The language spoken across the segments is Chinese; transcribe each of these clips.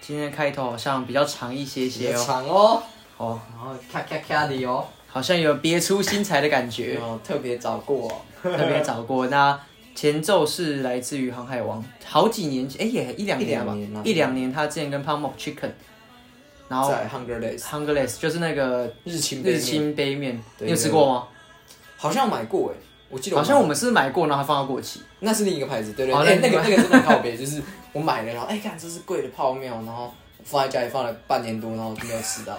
今天开头好像比较长一些些也哦，长哦，哦，然后咔咔咔的哦，好像有别出心裁的感 觉，有特别找过、哦，特别找过。那前奏是来自于《航海王》，好几年前，哎、也一两年了吧一两年啊，一两年他之前跟 Palm of Chicken，然后在 Hunger Days Hungerless 就是那个日清杯日面，清杯面，对你有吃过吗？好像买过哎，我记得好像买我们是买过，然后它放到过期。那是另一个牌子，对对哦对，哎那那是个那个真的很靠北，就是我买了，然后哎，看这是贵的泡面哦，然后放在家里放了半年多，然后就没有吃到，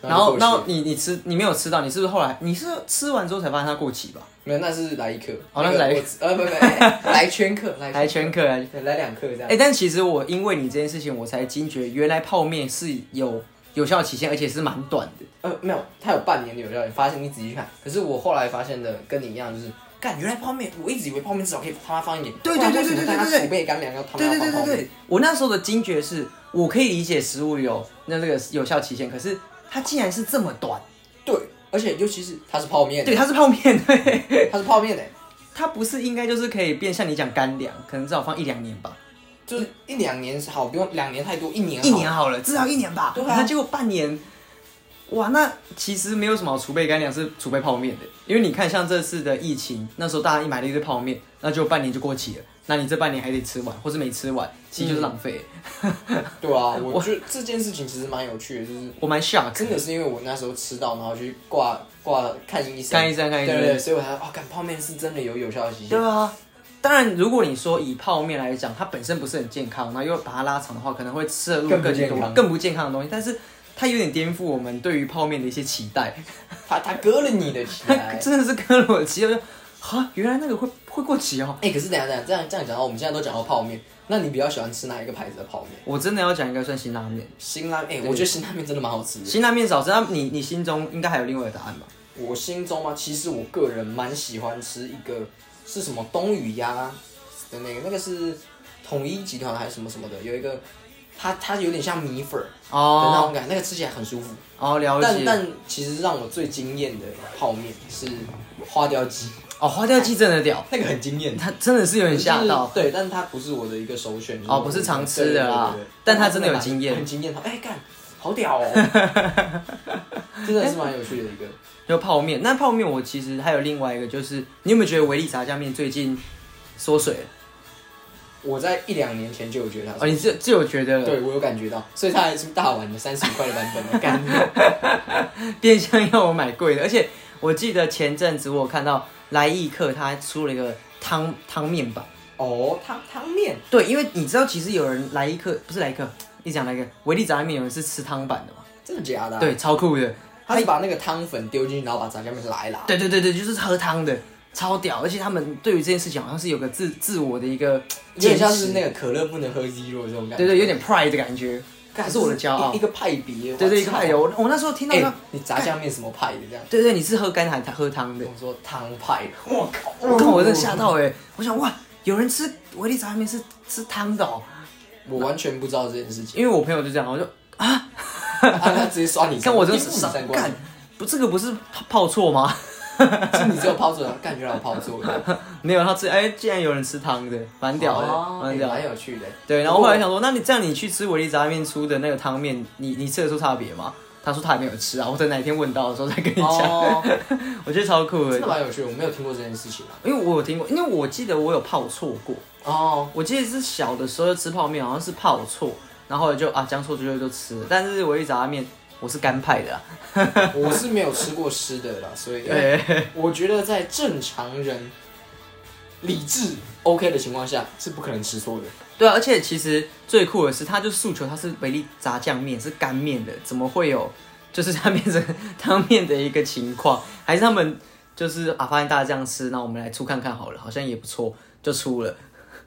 然后，就然过后期你你吃你没有吃到，你是不是后来你是吃完之后才发现它过期 吧？没有，那是来一克，哦那是来一个我吃呃不不，哎 来全克，还来全克，可爱。对来两克这样哎、，但其实我因为你这件事情，我才惊觉原来泡面是有有效期限，而且是蛮短的。呃没有，它有半年的有效，你发现你仔细看，可是我后来发现的跟你一样，就是干原来泡面，我一直以为泡面至少可以他妈放一年，对不然对为什么对对大对家对储备干粮要他妈要放泡面，，我那时候的惊觉是，我可以理解食物有那这个有效期限，可是它竟然是这么短。对，而且尤其是它是泡面，对，它是泡面，对， 它是泡面的，它不是应该就是可以变像你讲干粮，可能至少放一两年吧，就是一两年是好，不用两年太多，一年好一年好啊了，至少一年吧。对啊然后结果半年。哇，那其实没有什么好储备干粮，是储备泡面的。因为你看，像这次的疫情，那时候大家一买了一堆泡面，那就半年就过期了。那你这半年还得吃完，或是没吃完，其实就是浪费。嗯 对啊，我觉得这件事情其实蛮有趣的，就是我蛮 shock，真的是因为我那时候吃到，然后去挂挂看医生，看医生看医生对对对，所以我才哦，干泡面是真的有有效的期对限，啊，当然，如果你说以泡面来讲，它本身不是很健康，然后又把它拉长的话，可能会摄入更更不健多康更不健康的东西。但是它有点颠覆我们对于泡面的一些期 待，哎他他割了你的期待。真的是跟我的期待就，啊，原来那个会会过期哦。哎、可是等一下等一下，这样这样讲到，我们现在都讲到泡面，那你比较喜欢吃哪一个牌子的泡面？我真的要讲一个算辛拉面，辛拉面，哎、我觉得辛拉面真的蛮好吃的。辛拉面少吃，那你你心中应该还有另外的答案吧？我心中嘛，其实我个人蛮喜欢吃一个是什么冬雨鸭的那个，那个是统一集团还是什么什么的，有一个它它有点像米粉儿的那哦种感觉，那个吃起来很舒服。哦，了但解。但其实让我最惊艳的泡面是花雕鸡，哦，花雕鸡真的屌，那个很惊艳，它真的是有点吓到。就是对，但它不是我的一个首选。哦不是常吃的啦对对对对对但它真的有经验很惊艳。哎，干，好屌 哦！真的是蛮有趣的一个。就泡面。那泡面我其实还有另外一个，就是你有没有觉得维力炸酱面最近缩水了？我在一两年前就有觉得哦，它是，你这这有觉得对我有感觉到，所以它还是大碗的三十五块的版 本。干，变相要我买贵的，而且我记得前阵子我有看到来益客他出了一个汤汤面版，哦，汤汤面，对，因为你知道其实有人来益客不是来益客，你讲来一个维力炸酱面有人是吃汤版的嘛？真的假的啊？对，超酷的，他是把那个汤粉丢进去，然后把炸酱面拉一拉。对对对对，就是喝汤的。超屌，而且他们对于这件事情好像是有个自自我的一个有点坚像是持，那个可乐不能喝鸡肉这种感觉。对对，有点 pride 的感觉，干，这是我的骄傲一一个派别。对对，一我个操派的。我我那时候听到哎、他，你炸酱面什么派的这样？对对，你是喝干还是喝汤的跟？我说汤派，我靠！我看我真的吓到哎、我想哇，有人吃维力炸酱面是吃汤的哦、我完全不知道这件事 情，因为我朋友就这样，我就啊、他直接刷你三看观，我真的一是步你三干观，，不这个不是泡错吗？ 是你只有泡错了，感觉我泡错了，没有，他吃哎、竟然有人吃汤的，蛮 屌的，啊哦蛮、哎屌的蛮有趣的。对，然后后来想说，那你这样你去吃维力炸酱面出的那个汤面，你你吃得出差别吗？他说他还没有吃啊，我等哪天问到的时候再跟你讲。哦，我觉得超酷真的的，蛮有趣的，我没有听过这件事情啊。因为我有听过，因为我记得我有泡错过，哦，我记得是小的时候吃泡面，好像是泡错，然后就啊将错就错就吃了。但是维力炸酱面我是干派的、啊，我是没有吃过湿的啦，所以 对，我觉得在正常人理智 OK 的情况下是不可能吃错的。对啊，而且其实最酷的是，他就诉求它是维力炸酱面，是干面的，怎么会有就是它变成汤面的一个情况？还是他们就是啊，发现大家这样吃，那我们来出看看好了，好像也不错，就出了。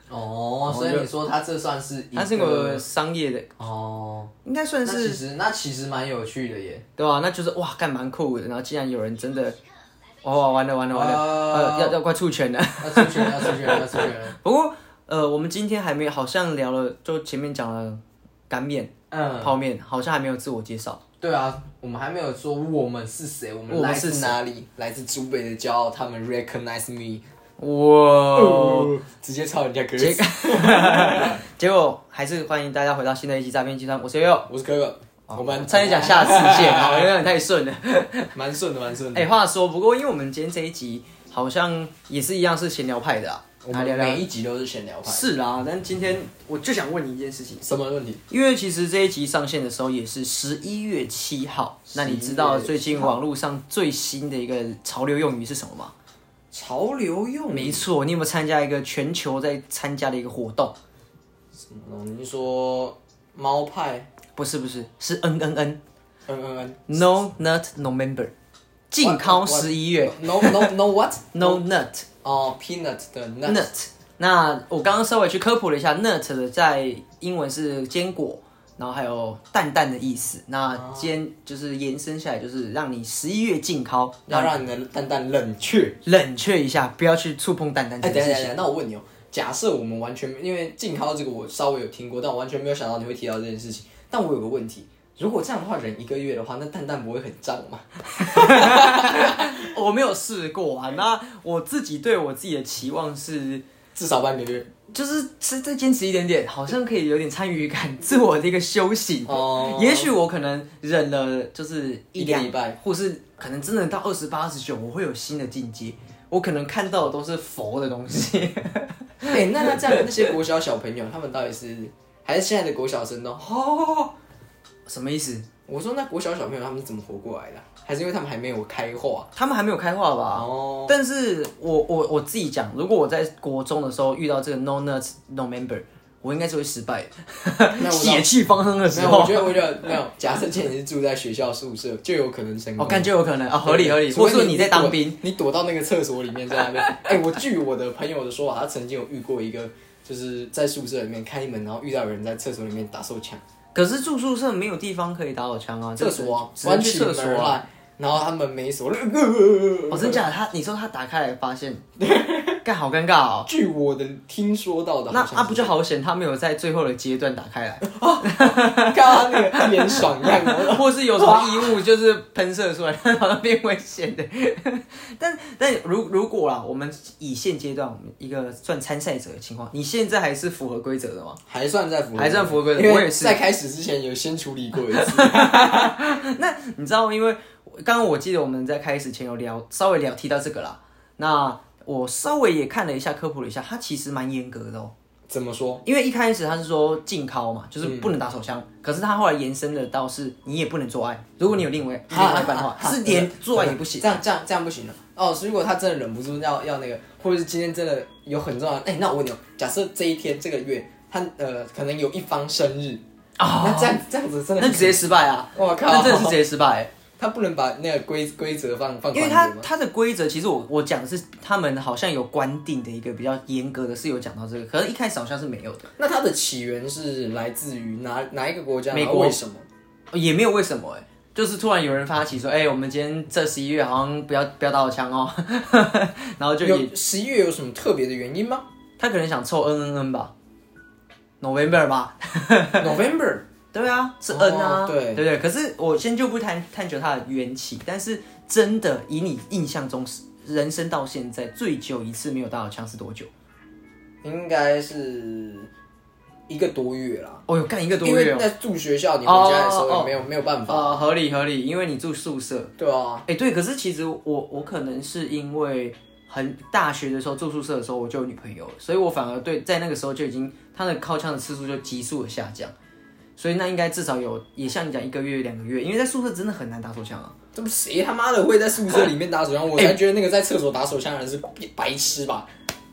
哦，所以你说他这算是一它是个商业的，哦，应该算那是其实那其实蛮有趣的耶。 对啊吧、那就是哇，干蛮酷的。然后竟然有人真的，哇，完了完了完了，啊呃，要要快出拳了。要出拳，要出拳，要出拳。不过呃，我们今天还没好像聊了，就前面讲了干面、嗯，泡面，好像还没有自我介绍。对啊，我们还没有说我们是谁，我们我们来是自谁哪里，来自祖北的骄傲，他们哦 recognize me，哇，直接抄人家歌词。结结果还是欢迎大家回到新的一期诈骗集团，我是悠悠。我是哥哥，我们差点讲哦下次见， 好，有点太顺了。 蛮顺的，蛮顺 的。哎、话说，不过因为我们今天这一集好像也是一样是闲聊派的啊，我来们聊聊每一集都是闲聊派，是啦，但今天我就想问你一件事情，什么问题？因为其实这一集上线的时候也是十一月七号，那你知道最近网络上最新的一个潮流用语是什么吗？潮流用没哦错，你有没有参加一个全球在参加的一个活动？什么？你说猫派？不是不是，是 N N N 嗯嗯 No Nut November，禁靠十一月嗯，no no no what？ No Nut 哦，peanut 的 nut Nut。那我刚刚稍微去科普了一下，nut 的在英文是坚果，然后还有淡淡的意思。那坚就是延伸下来，就是让你十一月禁靠，要让你的蛋蛋冷却。冷却一下，不要去触碰蛋蛋哎，这件等一下事等一情。下，那我问你哦，假设我们完全没因为静涛这个我稍微有听过，但我完全没有想到你会提到这件事情。但我有个问题，如果这样的话，忍一个月的话，那蛋蛋不会很胀 吗？我没有试过啊，那我自己对我自己的期望是，至少半个月。就是是再坚持一点点，好像可以有点参与感，自我的一个修行。哦也许我可能忍了，就是一个两礼拜，或是可能真的到二十八、二十九，我会有新的境界。我可能看到的都是佛的东西。 哎、那那这样那些国小小朋友，他们到底是还是现在的国小生呢？哦，什么意思？ 我说那国小小朋友他们是怎么活过来的？还是因为他们还没有开化？他们还没有开化吧？哦，但是我我我自己讲，如果我在国中的时候遇到这个 no nuts no member，我应该是会失败那的。我血气方刚的时没有，我候，觉得我觉得没有。假设今天你是住在学校宿舍，就有可能成我功。感觉有可能啊，合理合理。除或非者说你在当兵，躲，你躲到那个厕所里面在 那边。哎、我据我的朋友的说法，他曾经有遇过一个，就是在宿舍里面开门，然后遇到有人在厕所里面打手枪，可是住宿舍没有地方可以打手枪啊，厕所啊，只能关去起厕所门啊。来，然后他们没锁。哦，真假的？他你说他打开来发现， 干好尴尬哦。据我的听说到的，那好啊像不就好险，他没有在最后的阶段打开 来，看他那个一脸爽 样，然后或是有什么异物就是喷射出来， 好像变危险的。 但但如如果啦，我们以现阶段我们一个算参赛者的情况，你现在还是符合规则的吗？还算在符合，还算符合规则因为我也是在开始之前有先处理过 一次，那 你知道，因为我刚刚我记得我们在开始前有聊，稍微聊提到这个啦。那我稍微也看了一下，科普了一下，它其实蛮严格的哦。怎么说？因为一开始他是说禁靠嘛，就是不能打手枪，可是他后来延伸的到是你也不能做爱，如果你有另嗯外另外一半的话， 是连做爱也不行。这样这样这样不行了。哦，是如果他真的忍不住要要那个，或者是今天真的有很重要的，哎、那我问你哦，假设这一天这个月他呃可能有一方生日哦那这样这样子真的那直接失败啊！我靠那真的是直接失败、欸他不能把那个规规则放放因为宽他一点吗他的规则其实我我讲的是他们好像有官定的一个比较严格的是有讲到这个，可是一开始好像是没有的，那它的起源是来自于哪哪一个国家？美国然后为什么？也没有为什么哎、就是突然有人发起说，哎、我们今天这十一月好像不要不要打手枪哦， 然哦后就也有十一月有什么特别的原因 吗他可能想凑 N N N 吧，November 吧， ？November 对啊，是 N 啊，哦对对对。可是我先就不探探求它的缘起，但是真的以你印象中，人生到现在最久一次没有打手枪是多久？应该是一个多月啦，哦哟，干一个多因月为哦，在住学校你回家的时哦哦候哦也没有、没有办法，啊，合理合理，因为你住宿舍。对啊，哎，对，可是其实我我可能是因为很大学的时候住宿舍的时候我就有女朋友了，所以我反而对在那个时候就已经她的靠枪的次数就急速的下降，所以那应该至少有也像你讲一个月两个月，因为在宿舍真的很难打手枪啊。这不谁他妈的会在宿舍里面打手枪？我哎才觉得那个在厕所打手枪的人是白痴吧？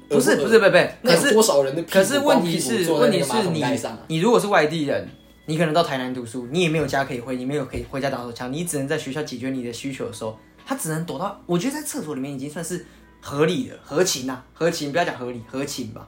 不是不是不是不是，呃那可有是多少人的屁股可是问题光屁是股坐在问那题个马是桶你盖上啊你如果是外地人，你可能到台南读书，你也没有家可以回，你没有可以回家打手枪，你只能在学校解决你的需求的时候，他只能躲到，我觉得在厕所里面已经算是合理的合情呐、合情不要讲合理，合情吧，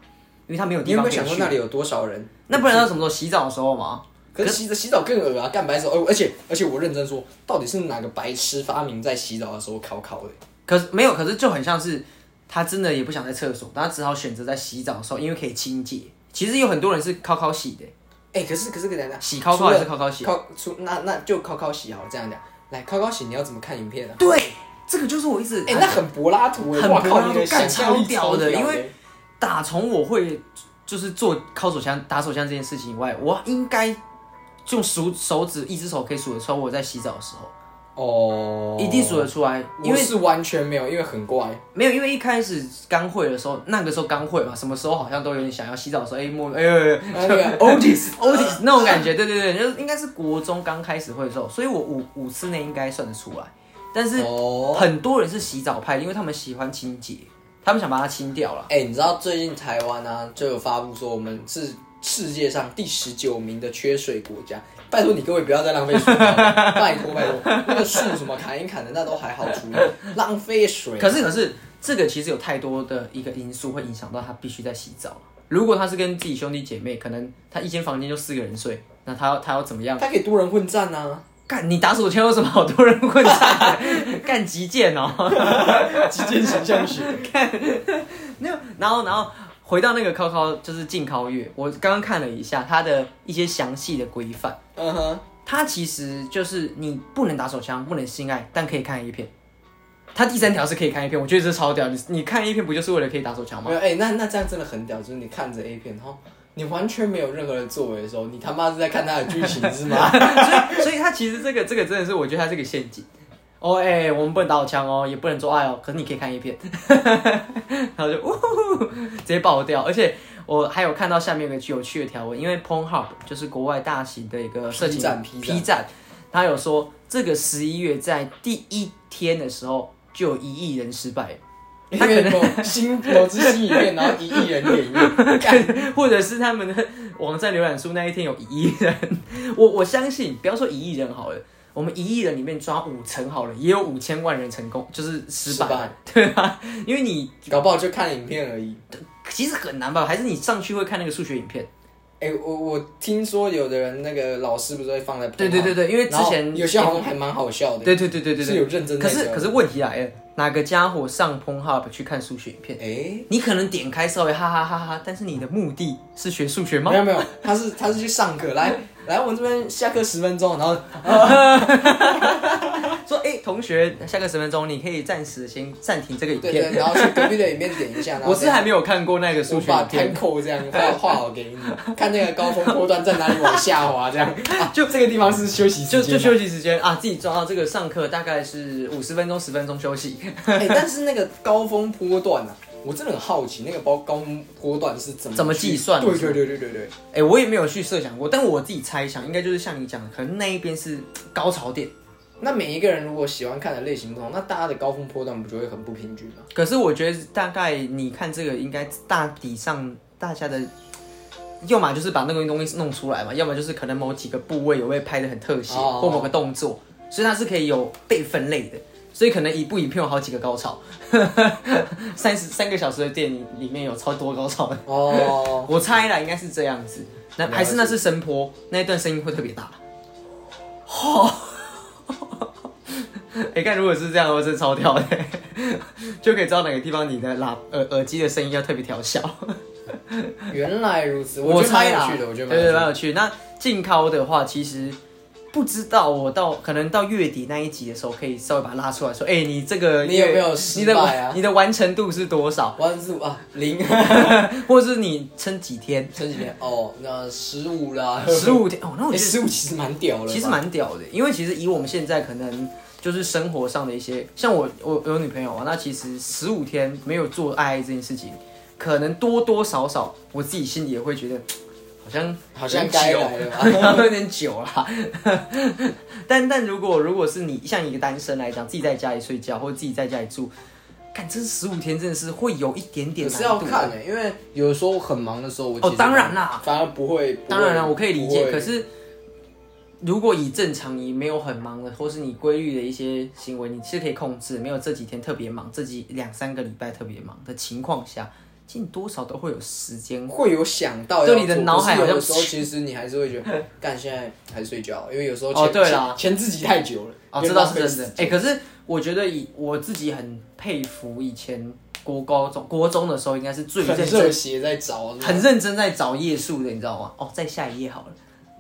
因为他没有你地有方没可有以想过去。那里有多少人？那不然到什么时候洗澡的时候嘛？可是洗澡洗澡更恶啊，干白手哦！而且而且我认真说，到底是哪个白痴发明在洗澡的时候烤烤的？可是没有，可是就很像是他真的也不想在厕所，他只好选择在洗澡的时候，因为可以清洁。其实有很多人是靠靠洗的，哎，可是可是可以等一下洗烤烤还是烤烤洗？烤出那那就烤烤洗好了，这样讲。来烤烤洗，你要怎么看影片啊？对，这个就是我一直哎，那很柏拉图哎，很哇柏拉靠，图你的干想象力超屌的屌因为打从我会就是做靠手枪打手枪这件事情以外，我应该用数手指一只手可以数得出来我在洗澡的时候，哦，一定数得出来，因我为是完全没有，因为很 怪。没有，因为一开始刚会的时候，那个时候刚会嘛，什么时候好像都有点想要洗澡的时候，哎、摸，哎呦哎呦，那个 otis 哎 otis 那种感觉，对对对，就是应该是国中刚开始会的时候，所以我五五次内应该算得出来。但是哦很多人是洗澡派，因为他们喜欢清洁，他们想把它清掉了。哎、你知道最近台湾啊，就有发布说我们是世界上第十九名的缺水国家。拜托你各位不要再浪费水了， 拜托拜托，那个树什么砍一砍的那都还好处理，浪费水。可是可是这个其实有太多的一个因素会影响到他必须在洗澡。如果他是跟自己兄弟姐妹，可能他一间房间就四个人睡，那他要他要怎么样？它可以多人混战啊，干你打手枪有什么好多人混 战的？干击剑哦，极简形象学。没有。然后然后回到那个高考，就是进考月，我刚刚看了一下它的一些详细的规范， 嗯哼，它其实就是你不能打手枪，不能性爱，但可以看 A 片。它第三条是可以看 A 片，我觉得这超屌。你你看 A 片不就是为了可以打手枪吗没？有哎、那那这样真的很屌，就是你看着 A 片，然后你完全没有任何的作为的时候，你他妈是在看它的剧情是吗？所以所以 它其实这个这个真的是，我觉得它是个陷阱。哦，哎、我们不能打手枪哦，也不能做爱哦，可是你可以看 A 片， 然后就呜呼呼直接爆掉。而且我还有看到下面有个有趣的条文，因为 Pornhub 就是国外大型的一个色情 P 站 P 站站，他有说这个十一月在第一天的时候就有一亿人失败， 因为某新某只新影片，然后一亿人点阅，干 或者是他们的网站浏览数那一天有一亿人，我我相信，不要说一亿人好了，我们一亿人里面抓五成好了，也有五千万人成功，就是失败，失败 对吧？因为你搞不好就看影片 而已。其实很难吧？还是你上去会看那个数学影片？哎、我我听说有的人那个老师不是会放在对对对对，因为之然后前有些好像还蛮好笑的，对对对对对是对，有认真可在是教可是问题来了，哪个家伙上 p o n h u b 去看数学影片？哎、你可能点开稍微哈哈哈哈，但是你的目的是学数学吗没？有没有，他是他是去上课， 来来我们这边下课十分钟，然后说哎、同学，下个十分钟你可以暂时先暂停这个影对片。对，然后去隔壁的影片点一下，然后 我是还没有看过那个数我学把影摊片，扣这样画画 好给你，看那个高峰波段在哪里往下滑这样，啊、 就这个地方是休息就就时间。休息时间啊，自己抓到这个上课大概是五十分钟、十分钟休息。 哎、但是那个高峰波段啊，我真的很好奇，那个包高峰波段是怎么怎么去计算的对对对对对对，哎、我也没有去设想过，但我自己猜想，应该就是像你讲的，可能那一边是高潮点。那每一个人如果喜欢看的类型不同，那大家的高峰波段不就会很不平均吗？可是我觉得大概你看这个，应该大体上大家的，要么就是把那个东西弄出来嘛，要么就是可能某几个部位有被拍的很特写，哦或某个动作，所以它是可以有被分类的。所以可能一部影片有好几个高潮， 三十三个小时的电影里面有超多高潮的。哦，我猜啦，应该是这样子。那了解还是那是声波，那一段声音会特别大。 哦，哎、看如果是这样，我真的超跳的，就可以知道哪个地方你的喇耳耳机的声音要特别调小。 原来如 此，我觉得蛮猜有啦，趣的，我觉得对蛮对蛮有有趣的。趣。那静靠的话，其实不知道我到可能到月底那一集的时候，可以稍微把它拉出来说，哎、你这个你有没有月失你的败啊完你的完成度是多少，完数啊，零 或者是你撑几天？撑几天？哦，那十五啦，哎十五天哦，那 我觉得十五其实蛮屌了吧，其实蛮屌的，因为其实以我们现在可能就是生活上的一些，像我我我有女朋友啊，那其实十五天没有做爱这件事情，可能多多少少我自己心里也会觉得好像好像有点该久来 了吧。然后有点久啦。 但但如果如果是你像一个单身来讲，自己在家里睡觉或者自己在家里住，看这十五天真的是会有一点点也难是度。要看的、因为有时候很忙的时候我，哦当然啦，反而不会。不会当然啊了，我可以理不解。会可是，如果以正常你没有很忙的，或是你规律的一些行为，你是可以控制，没有这几天特别忙，这几两三个礼拜特别忙的情况下，其实你多少都会有时间。会有想到要就做，你的脑海可是有好像的时候其实你还是会觉 得，干现在还睡觉，因为有时候哦前对啦前前自己太久了，哦，有这点倒是浪费真的时。哎、间可是我觉得以我自己很佩服以前国高中、国中的时候，应该是最认很真热血在找，很认真在找页数的，你知道吗？哦，在下一页好了。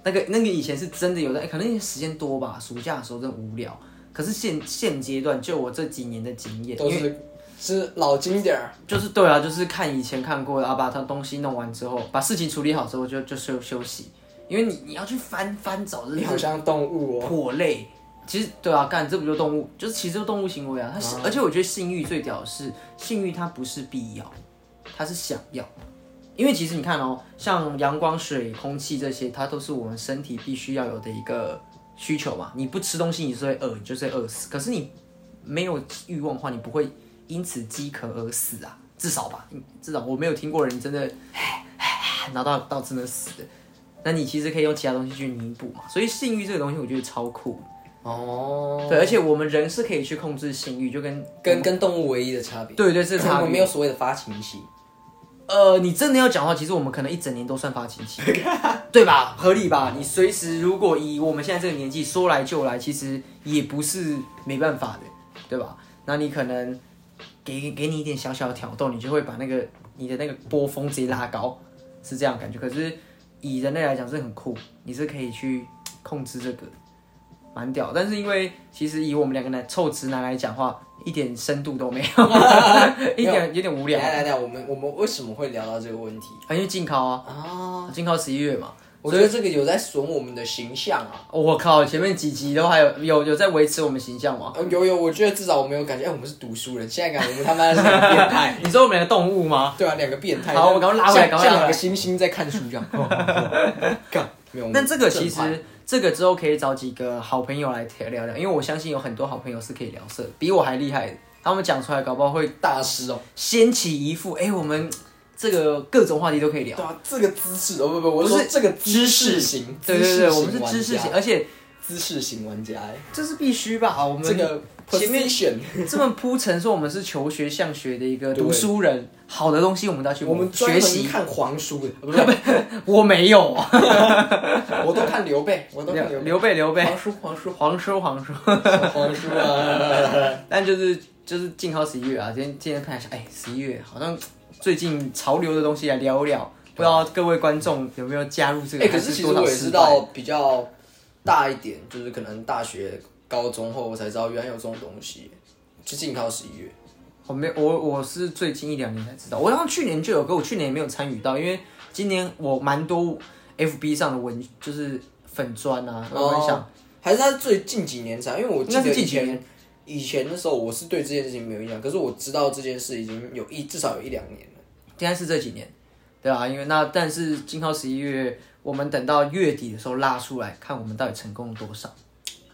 那个那个以前是真的有的，哎可能时间多吧，暑假的时候真的无聊。可是现现阶段，就我这几年的经验，因都为是是老经典儿。就是对啊，就是看以前看过的，啊，把他东西弄完之后，把事情处理好之后就就休休息，因为你你要去翻翻找这你些好像动物哦，破类。其实对啊，干这不就动物，就是其实就动物行为啊。它是，而且我觉得性欲最屌的是性欲，它不是必要，它是想要。因为其实你看哦，像阳光、水、空气这些，它都是我们身体必须要有的一个需求嘛。你不吃东西，你是会饿，你就是会饿死。可是你没有欲望的话，你不会因此饥渴而死啊，至少吧，至少我没有听过人真的 然后到到真的死的。那你其实可以用其他东西去弥补嘛。所以性欲这个东西，我觉得超酷。哦，对，而且我们人是可以去控制性欲，就跟跟跟动物唯一的差别，对对，这个差我别们没有所谓的发情期，呃，你真的要讲的话，其实我们可能一整年都算发情期，对吧？合理吧？你随时如果以我们现在这个年纪说来就来，其实也不是没办法的，对吧？那你可能给给你一点小小的挑逗，你就会把那个你的那个波峰直接拉高，是这样的感觉。可是以人类来讲，这很酷，你是可以去控制这个，蛮屌。但是因为其实以我们两个男臭直男来讲话，一点深度都没有，一点有点无聊。来来来，我们我们为什么会聊到这个问题啊，因为禁考啊，啊？禁考十一月嘛。我觉得这个有在损我们的形象啊。我靠，前面几集都还有有有在维持我们形象吗？呃有有，我觉得至少我没有感觉，哎、我们是读书人，现在感觉我们他妈是两个变态，哎你说我们的动物吗？对啊，两个变态。好我赶快拉回来像赶快拉回来像两个猩猩在看书这样。哦哦干，没有。但这个其正派实这个之后可以找几个好朋友来聊聊，因为我相信有很多好朋友是可以聊色，比我还厉害的，他们讲出来搞不好会大师哦，掀起一副哎、我们这个各种话题都可以聊对。啊，这个姿势哦，不不，我不说是这个知识型，对知对识对，型我们是知识玩型，家而且知识型玩家，哎这是必须吧？啊我们这个前面 position 这么铺陈说我们是求学向学的一个对读书人，好的东西我们都要去我们学专门习。看黄书的，不是，不是我没有，我都看刘备，我都看刘刘备刘备黄书黄书黄叔黄叔，黄书啊， 但就是就是静靠十一月啊，今天今天看一下，哎，十一月好像最近潮流的东西来聊一聊，不知道各位观众有没有加入这个？哎，可是其实还多少我也失知败道比较大一点，就是可能大学、高中后我才知道原来有这种东西，就禁靠十一月，我没我我是最近一两年才知道，我好像去年就有，可我去年也没有参与到，因为今年我蛮多 FB 上的文就是粉砖啊，我分享，还是他最近几年才，因为我记应该得是以近几前以前的时候我是对这件事情没有印象，可是我知道这件事已经有一至少有一两年了。应该是这几年，对啊，因为那但是静靠十一月，我们等到月底的时候拉出来看我们到底成功了多少。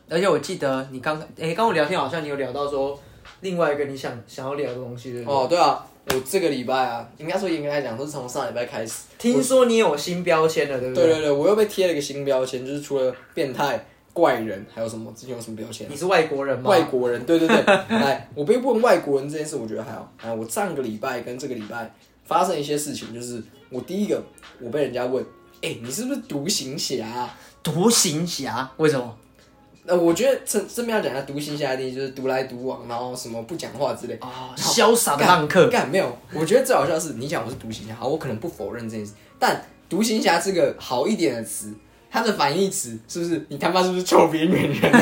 而且我记得你刚诶，刚我聊天好像你有聊到说另外一个你想想要聊的东西，对不对？哦，对啊，我这个礼拜啊，应该说严格来讲，是从上礼拜开始。听说你有新标签了，对不对对对，我又被贴了一个新标签，就是除了变态、怪人，还有什么？之前有什么标签？你是外国人吗？外国人，对对 对。来，我被问外国人这件事，我觉得还好。哎，我上个礼拜跟这个礼拜发生一些事情，就是我第一个，我被人家问，哎、你是不是独行侠啊、独行侠？为什么？那、呃我觉得这这边要讲一下独行侠的定义，就是独来独往，然后什么不讲话之类。哦，潇洒的浪客。干没有，我觉得最好笑的是你讲我是独行侠，好，我可能不否认这件事，但独行侠这个好一点的词，它的反义词是不是你他妈是不是臭边 缘人？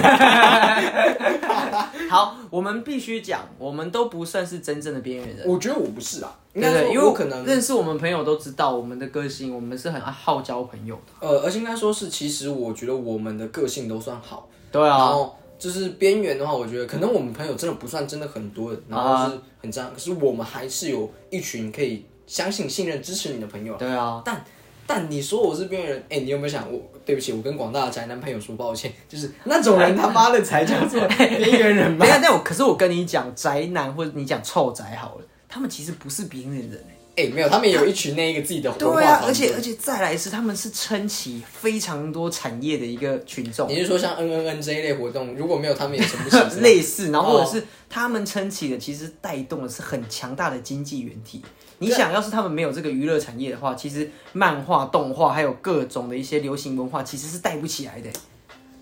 好，我们必须讲，我们都不算是真正的边缘人。我觉得我不是啊，应对该不说对，因为我可能认识我们朋友都知道我们的个性，我们是很好交朋友的。呃，而且应该说是，其实我觉得我们的个性都算好，对然啊，后就是边缘的话，我觉得可能我们朋友真的不算真的很多，然啊后是很这样，可是我们还是有一群可以相信、信任、支持你的朋友。对啊，但但你说我是边缘人，哎、你有没有想我？对不起，我跟广大的宅男朋友说抱歉，就是那种人他妈的才叫做边缘人吧 等一？下，但我可是我跟你讲，宅男或者你讲臭宅好了，他们其实不是边缘人、欸。哎、没有，他们有一群那一个自己的文化对啊，团而且队而且再来是他们是撑起非常多产业的一个群 众，你是说像 N N N 这一类活动，如果没有他们也撑 不起是吗类似，然后或者是他们撑起的，其实带动的是很强大的经济原体。你想要是他们没有这个娱乐产业的话，其实漫画、动画还有各种的一些流行文化，其实是带不起来的欸、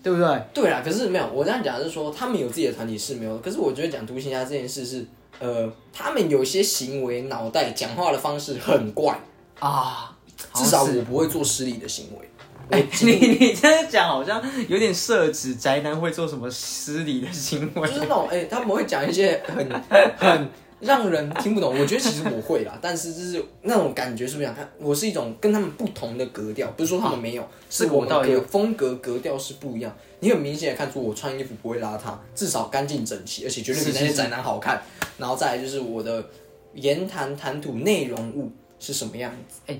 对不对？对啦，可是没有，我这样讲是说他们有自己的团体是没有，可是我觉得讲独行侠这件事是，呃，他们有些行为、脑袋、讲话的方式很怪，啊，好至像少是我不会做失礼的行为。哎、你你这样讲好像有点设指宅男会做什么失礼的行为就。是那种哎、他们会讲一些很 很让人听不懂。我觉得其实我会啦，但是就是那种感觉是不一样。他我是一种跟他们不同的格调，不是说他们没有，是我们啊这个我倒也格风格格调是不一样。你很明显的看出我穿衣服不会邋遢，至少干净整齐，而且绝对比那些宅男好看。然后再来就是我的言谈谈吐内容物是什么样子。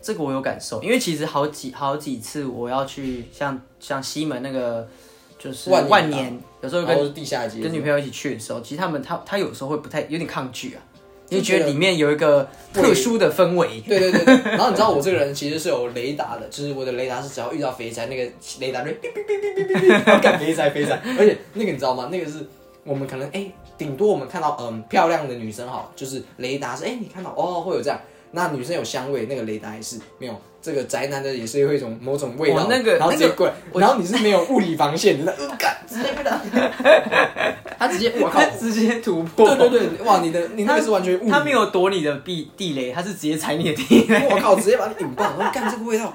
这个我有感受，因为其实好几好几次我要去像像西门那个就是万年万年，哦有时候然跟后是地下街跟女朋友一起去的时候，其实他们他他有时候会不太有点抗拒啊，就因为觉得里面有一个特殊的氛围。对对对对，然后你知道我这个人其实是有雷达的，就是我的雷达是只要遇到肥宅，那个雷达就哔哔哔哔哔哔哔， 要赶肥宅肥宅，而且那个你知道吗？那个是我们可能哎，顶多我们看到嗯漂亮的女生好，就是雷达是哎你看到哦会有这样，那女生有香味，那个雷达也是没有。这个宅男的也是会有一种某种味道，哦那个然后直接那个过来，我然后你是没有物理防线，你在呃干直接被他，他直接我靠 他， 直接突破， 对对对，哇你的你那个是完全物理他没有躲你的地地雷，他是直接踩你的地雷。 我靠，直接把你引爆！我说干这个味道，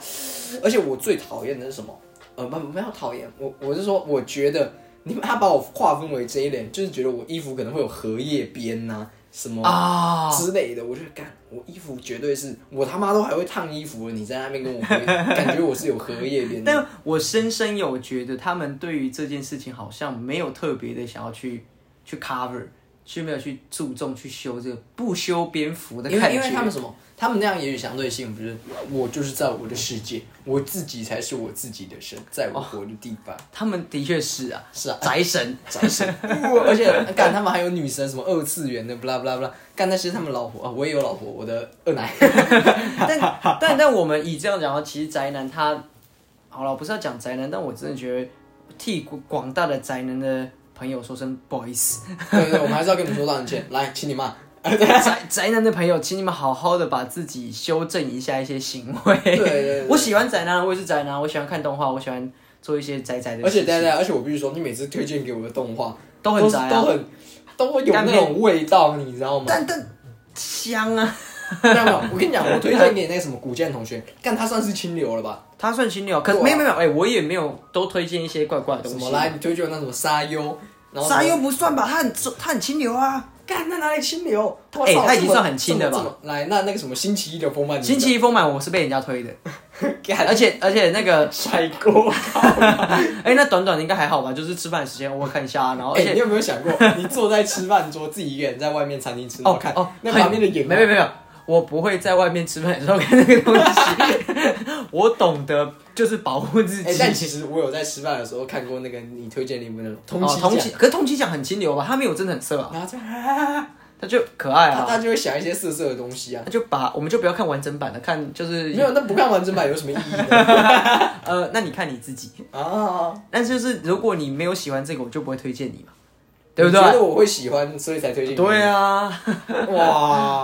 而且我最讨厌的是什么？呃，不，没有讨厌，我我是说，我觉得你们他把我划分为这一类，就是觉得我衣服可能会有荷叶边呐、什 么啊、之类的，我就干，我衣服绝对是我他妈都还会烫衣服了，你在那边跟我回感觉我是有荷叶边的，但我深深有觉得，他们对于这件事情好像没有特别的想要去去 cover，去没有去注重去修这个不修边幅的因感为觉。因为他们什么？他们那样也许相对性不是，我就是在我的世界，我自己才是我自己的神，在哦我活的地方。他们的确是啊，是啊宅神。 宅神，而且干他们还有女神什么二次元的，不啦不啦不啦，干那些他们老婆啊，我也有老婆，我的二奶， 但但但我们以这样讲的话，其实宅男他，好了，不是要讲宅男，但我真的觉得替广大的宅男的朋友说声不好意思，对对，我们还是要跟你们说道歉，来，请你 骂。宅宅男的朋友，请你们好好的把自己修正一下一些行为。对对对 我喜欢宅男，我也是宅男，我喜欢看动画，我喜欢做一些宅宅的而事且情，对对，而且我必须说，你每次推荐给我的动画都很宅都啊，很都会有那种味道，你知道吗？但但香啊，没有没有，我跟你讲， 我推荐给那个什么古剑同学，干他算是清流了吧？他算清流，可是对啊没有没有，哎，我也没有都推荐一些怪怪的什东么西。来，你推荐我那什么沙优，然后什么沙优不算吧，他很他很清流啊。干那哪里清流？哇哎操他已经这么算很清的吧这么这么来，那那个什么星期一的风漫，星期一丰满我是被人家推的， 干而且而且那个 甩锅。哎、那短短的应该还好吧？就是吃饭时间我看一下、啊，然后而哎、且、你有没有想 过，你坐在吃饭桌，自己一个人在外面餐厅吃，然后哦看、哦，那旁边的啊眼眼没有没有没有，我不会在外面吃饭的时候看那个东西， 我懂得就是保护自己。哎、但其实我有在吃饭的时候看过那个你推荐的一部那种同哦期，同期，期，可是同期奖很清流吧？他没有真的很色啊，然后就、啊、他就可爱他啊，他就会想一些色色的东西啊。他就把我们就不要看完整版的，看就是没有，那不看完整版有什么意义呢？呃，那你看你自己。啊，但就是如果你没有喜欢这个，我就不会推荐你嘛，对不你觉得对？我会喜欢，所以才推荐。对，啊。哇，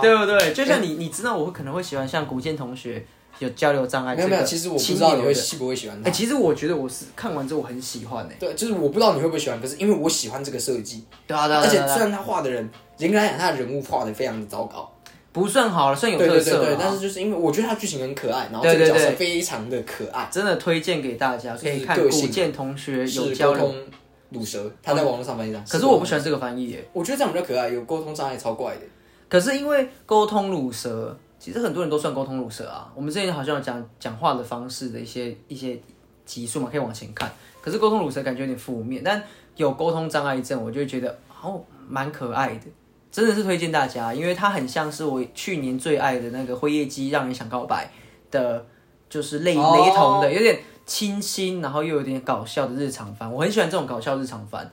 对不对？就像你，你知道我可能会喜欢像古剑同学有交流障碍，没有没有，这个其实我不亲知道你友的会喜不会喜欢哎、他。其实我觉得我是看完之后我很喜欢哎、对，就是我不知道你会不会喜欢，可是因为我喜欢这个设计，对啊，对啊，而且对啊虽然他画的人，严格来讲，他的人物画的非常的糟糕。不算好了，算有对特对对色对，了但啊。是就是因为我觉得他剧情很可爱，然后对这对个角色对非常的可爱，真的推荐给大家，可以看就是个性啊古剑同学有是交沟流，嗯通乳蛇，他在网络上翻译的。可是我不是喜欢这个翻译耶。沟通，我觉得这样比较可爱，有沟通障碍超怪的。可是因为沟通乳蛇，其实很多人都算沟通乳蛇啊。我们之前好像有讲讲话的方式的一些一些集数嘛，可以往前看。可是沟通乳蛇感觉有点负面，但有沟通障碍症，我就会觉得哦，蛮可爱的。真的是推荐大家，因为它很像是我去年最爱的那个《辉夜姬让你想告白》的，就是类哦雷同的，有点清新，然后又有点搞笑的日常番。我很喜欢这种搞笑日常番，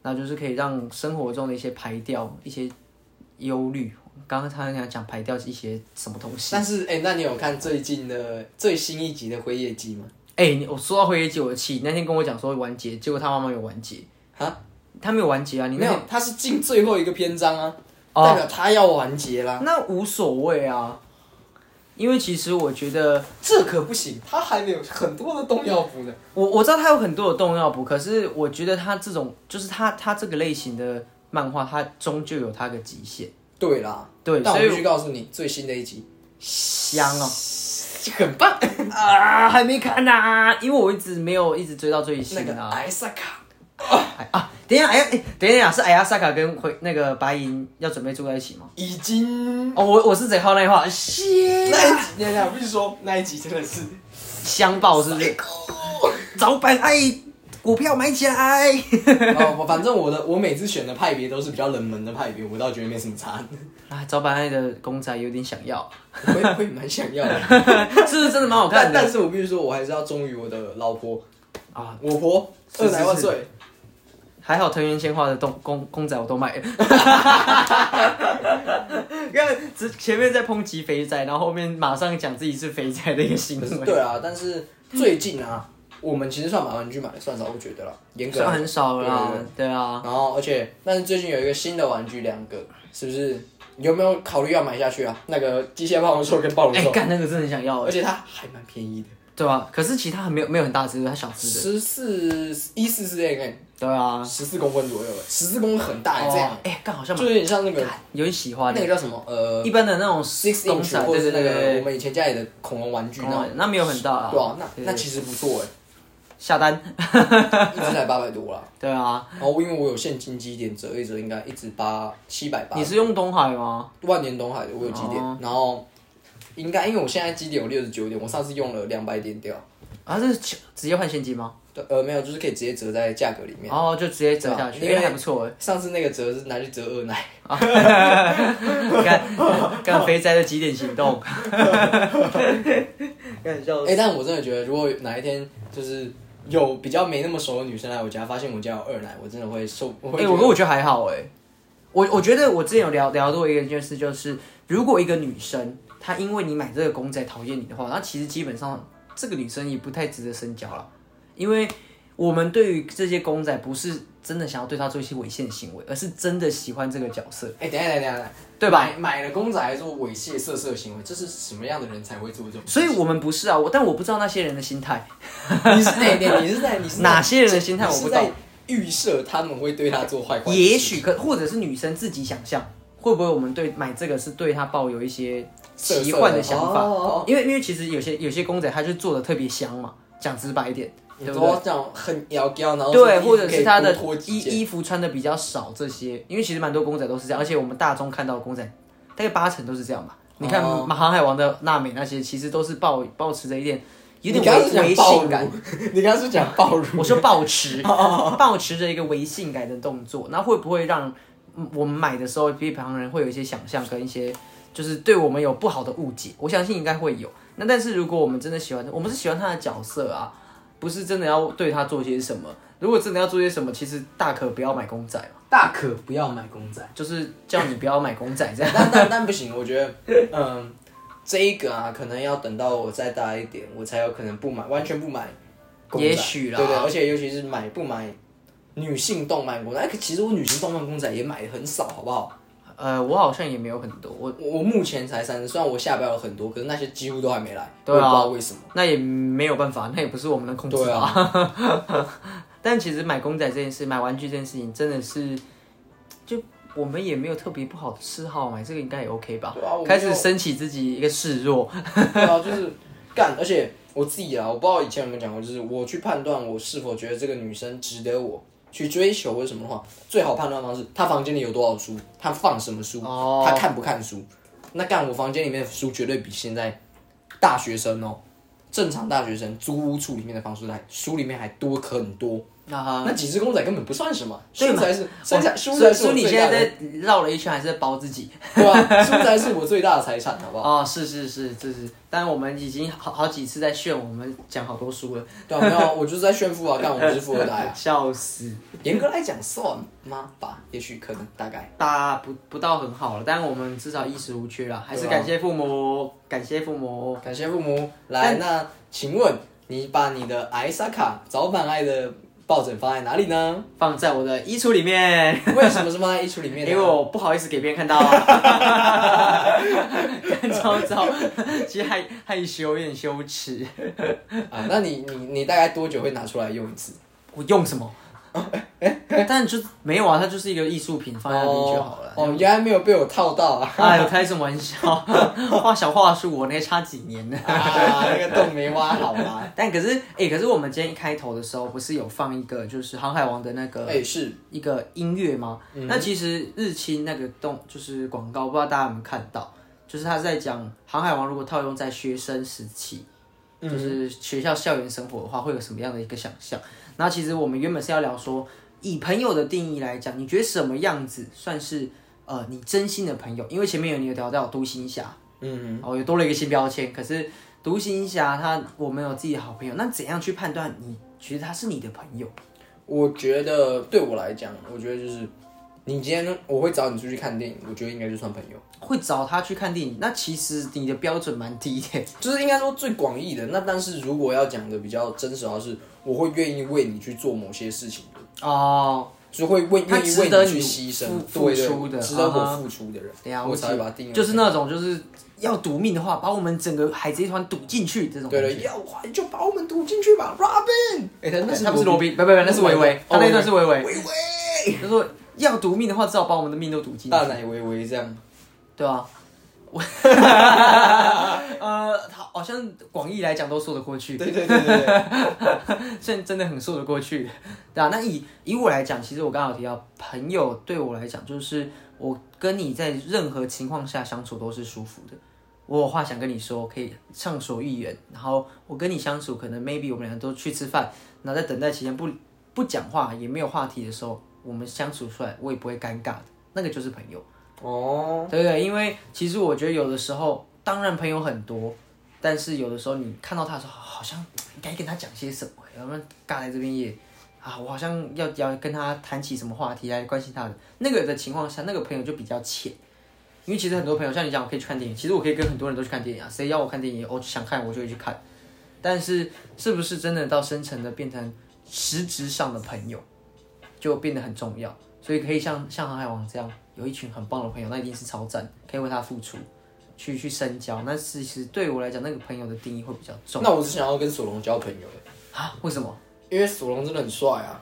那就是可以让生活中的一些排掉一些忧虑。刚刚他想讲排掉一些什么东西？但是哎、那你有看最近的最新一集的《辉夜姬》吗？哎、你我说到《辉夜姬》，我的气，你那天跟我讲说完结，结果他妈妈有完结啊？他没有完结啊？你那没有，他是进最后一个篇章啊，哦代表他要完结啦。那无所谓啊，因为其实我觉得这可不行，他还没有很多的东要补呢。我我知道他有很多的动要补，可是我觉得他这种就是他他这个类型的漫画，它终究有它的极限。对啦，对，但我所以必须告诉你，最新的一集 香哦很棒，啊啊，还没看呐、因为我一直没有一直追到最啊那新个啊。艾萨卡，哎啊，等一下，哎呀，哎，等一下，是艾亚萨卡跟回那个白银要准备住在一起吗？已经哦，我我是贼靠那话，谢那一集，等一下，我必须说那一集真的是香爆是不是？早板哎，股票买起来。 哦，我反正我的我每次选的派别都是比较冷门的派别，我倒觉得没什么差，啊，早板爱的公仔有点想要， 我也会蛮想要 的。是不是真的蛮好看但但的？是我必须说，我还是要忠于我的老婆啊，我婆是二是十来万是岁，还好藤原千花的动公公仔我都 买了，因为之前面在抨击肥仔，然后后面马上讲自己是肥仔的一个行可是为，对啊，但是最近啊，我们其实算把玩具买的算少，我觉得啦，严格来算说很少了啦对对，对啊，然后而且，但是最近有一个新的玩具，两个是不是？你有没有考虑要买下去啊？那个机械暴龙兽跟暴龙哎，兽，干那个真的很想要而，且它还蛮便宜的，对啊，可是其他很没有没有很大只，它小只的，十四一四四 mm，对啊，十四公分左右了，十四公分很大，这样哦哎，干好像就有点像那个有点喜欢那个叫什么呃一般的那种 six 公 inch 仔，或对者对是那对个我对们以前家里的恐龙玩具对，那种哦，那没有很大啊，对啊，那对那对其实不错下单，哎， 一只才八百多啦。对啊，然后因为我有现金几点折一折，应该一直八七百八你是用东海吗？万年东海的，我有几点，哦然后应该因为我现在基点有六十九点，我上次用了两百点掉，啊，这是直接换现金吗？对，呃，没有，就是可以直接折在价格里面。然后就直接折下去，因对啊因为为还不错哎。上次那个折是拿去折二奶，干干肥宅的极点行 动， 干笑哎、但我真的觉得，如果哪一天就是有比较没那么熟的女生来我家，发现我家有二奶，我真的会受，我哎、会觉得、我跟我觉得还好哎、我我觉得我之前有聊聊过一件事，就是如果一个女生她因为你买这个公仔讨厌你的话，那其实基本上这个女生也不太值得深交了，因为我们对于这些公仔不是真的想要对她做一些猥亵的行为，而是真的喜欢这个角色，哎、等一下等一下等一下，对吧？买买了公仔还做猥亵色色行为，这是什么样的人才会做这种事所以情？我们不是啊，我但我不知道那些人的心态， 你是哎、你你是在你是在哪些人的心态你我是不在懂。预设他们会对他做坏坏的事情，也许可，或者是女生自己想象，会不会我们对买这个是对她抱有一些奇幻的想法？色色的哦因为因为其实有些有些公仔它就做的特别香嘛，讲直白一点，你对不说对？这种很摇高，然后对，或者是它的脱衣衣服穿的比较少这些，因为其实蛮多公仔都是这样，而且我们大众看到的公仔大概八成都是这样吧。你看哦《航海王》的娜美那些，其实都是抱抱持着一点有点你刚刚是违违讲暴性乳感，， 你刚刚是讲暴乳，我说抱 持，抱持着一个微性感的动作，那会不会让嗯我们买的时候比旁人会有一些想象跟一些就是对我们有不好的误解？我相信应该会有。那但是如果我们真的喜欢，我们是喜欢他的角色啊，不是真的要对他做些什么。如果真的要做些什么，其实大可不要买公仔嘛，大可不要买公仔。就是叫你不要买公仔这样。但但但不行，我觉得，嗯，这一个啊，可能要等到我再大一点，我才有可能不买，完全不买公仔。也许啦对对，而且尤其是买不买女性动漫公仔，哎可其实我女性动漫公仔也买的很少，好不好？呃，我好像也没有很多，我我我目前才三十，虽然我下标了很多，可是那些几乎都还没来，对我也啊不知道为什么。那也没有办法，那也不是我们能控制啊的、 但其实买公仔这件事，买玩具这件事情，真的是，就我们也没有特别不好的嗜好，买这个应该也 OK 吧？对啊我没有开始升起自己一个示弱，对啊，就是干，而且我自己啊，我不知道以前有没有讲过，就是我去判断我是否觉得这个女生值得我去追求或者什么的话，最好判断方式，她房间里有多少书，她放什么书，哦她看不看书。那干我房间里面的书绝对比现在大学生哦，正常大学生租屋处里面的房书来书里面还多很多。啊哈。那几只公仔根本不算什么，对书嘛才是书才书所才以是我所以你最现大在的，在绕了一圈，还是在包自己 对啊，书才是我最大的财产，好不好？哦，是是是，这是。但我们已经好好几次在炫，我们讲好多书了，对啊，没有啊， 我就是在炫富啊，干我就是富二代啊。笑死。严格来讲算吗？吧，也许可能大概。大不不到很好了，但我们至少衣食无缺啦，还是对啊感谢父母，感谢父母。感谢父母。来，那请问你把你的艾萨卡早晚爱的抱枕放在哪里 呢？放在我的衣橱里面，为什么是放在衣橱里面因呢？为我不好意思给别人看到、啊，干超糟，其实害害羞，有点羞耻。啊，那你你你大概多久会拿出来用一次？我用什么？但就是没有啊，它就是一个艺术品，放在那边就好了。哦，原来没有被我套到 啊！哎呦，开什么玩笑？画小画术，我那差几年呢。啊，那个洞没挖好啊！但可是，哎、可是我们今天一开头的时候，不是有放一个就是《航海王》的那个哎、是一个音乐吗？那其实日清那个动就是广告，不知道大家有没有看到，就是他在讲《航海王》如果套用在学生时期，就是学校校园生活的话，会有什么样的一个想象？然后其实我们原本是要聊说，以朋友的定义来讲，你觉得什么样子算是呃你真心的朋友？因为前面有你有聊到独行侠。嗯，哦，又多了一个新标签。可是独行侠他，我们有自己的好朋友，那怎样去判断你觉得他是你的朋友？我觉得对我来讲，我觉得就是你今天我会找你出去看电影，我觉得应该就算朋友，会找他去看电影，那其实你的标准蛮低的。就是应该说最广义的。那但是如果要讲的比较真实的话是，我会愿意为你去做某些事情，哦，就会为他愿意值为得去你牺牲、付对对付出的值得啊我付出的人，了我解才会把它定义为就是那种就是要赌命的话，把我们整个海贼团赌进去这种。对了，哎要还就把我们赌进去吧，Robin。哎、他那对，是哦他不是罗罗宾，不不不，那是维维，他那一段是维维，维维，他说要赌命的话，只好把我们的命都赌进去。大奶维维这样。对 啊，我呃，他好像广义来讲都说得过去，对对对 对对，真真的很说得过去，对啊。那以以我来讲，其实我刚好提到朋友对我来讲，就是我跟你在任何情况下相处都是舒服的。我有话想跟你说，可以畅所欲言。然后我跟你相处，可能 maybe 我们俩都去吃饭，然后在等待期间不不讲话，也没有话题的时候，我们相处出来，我也不会尴尬的，那个就是朋友。哦，对不对？因为其实我觉得有的时候，当然朋友很多，但是有的时候你看到他的时候，好像应该跟他讲些什么，要不然尬在这边也啊，我好像要要跟他谈起什么话题来关心他的那个的情况下，那个朋友就比较浅。因为其实很多朋友像你讲，我可以去看电影，其实我可以跟很多人都去看电影啊，谁要我看电影，我想看我就会去看。但是是不是真的到深层的变成实质上的朋友，就变得很重要。所以可以像像航海王这样，有一群很棒的朋友，那一定是超赞，可以为他付出，去去深交。那其实对我来讲，那个朋友的定义会比较重那我是想要跟索隆交朋友的，啊。 为什么？因为索隆真的很帅啊。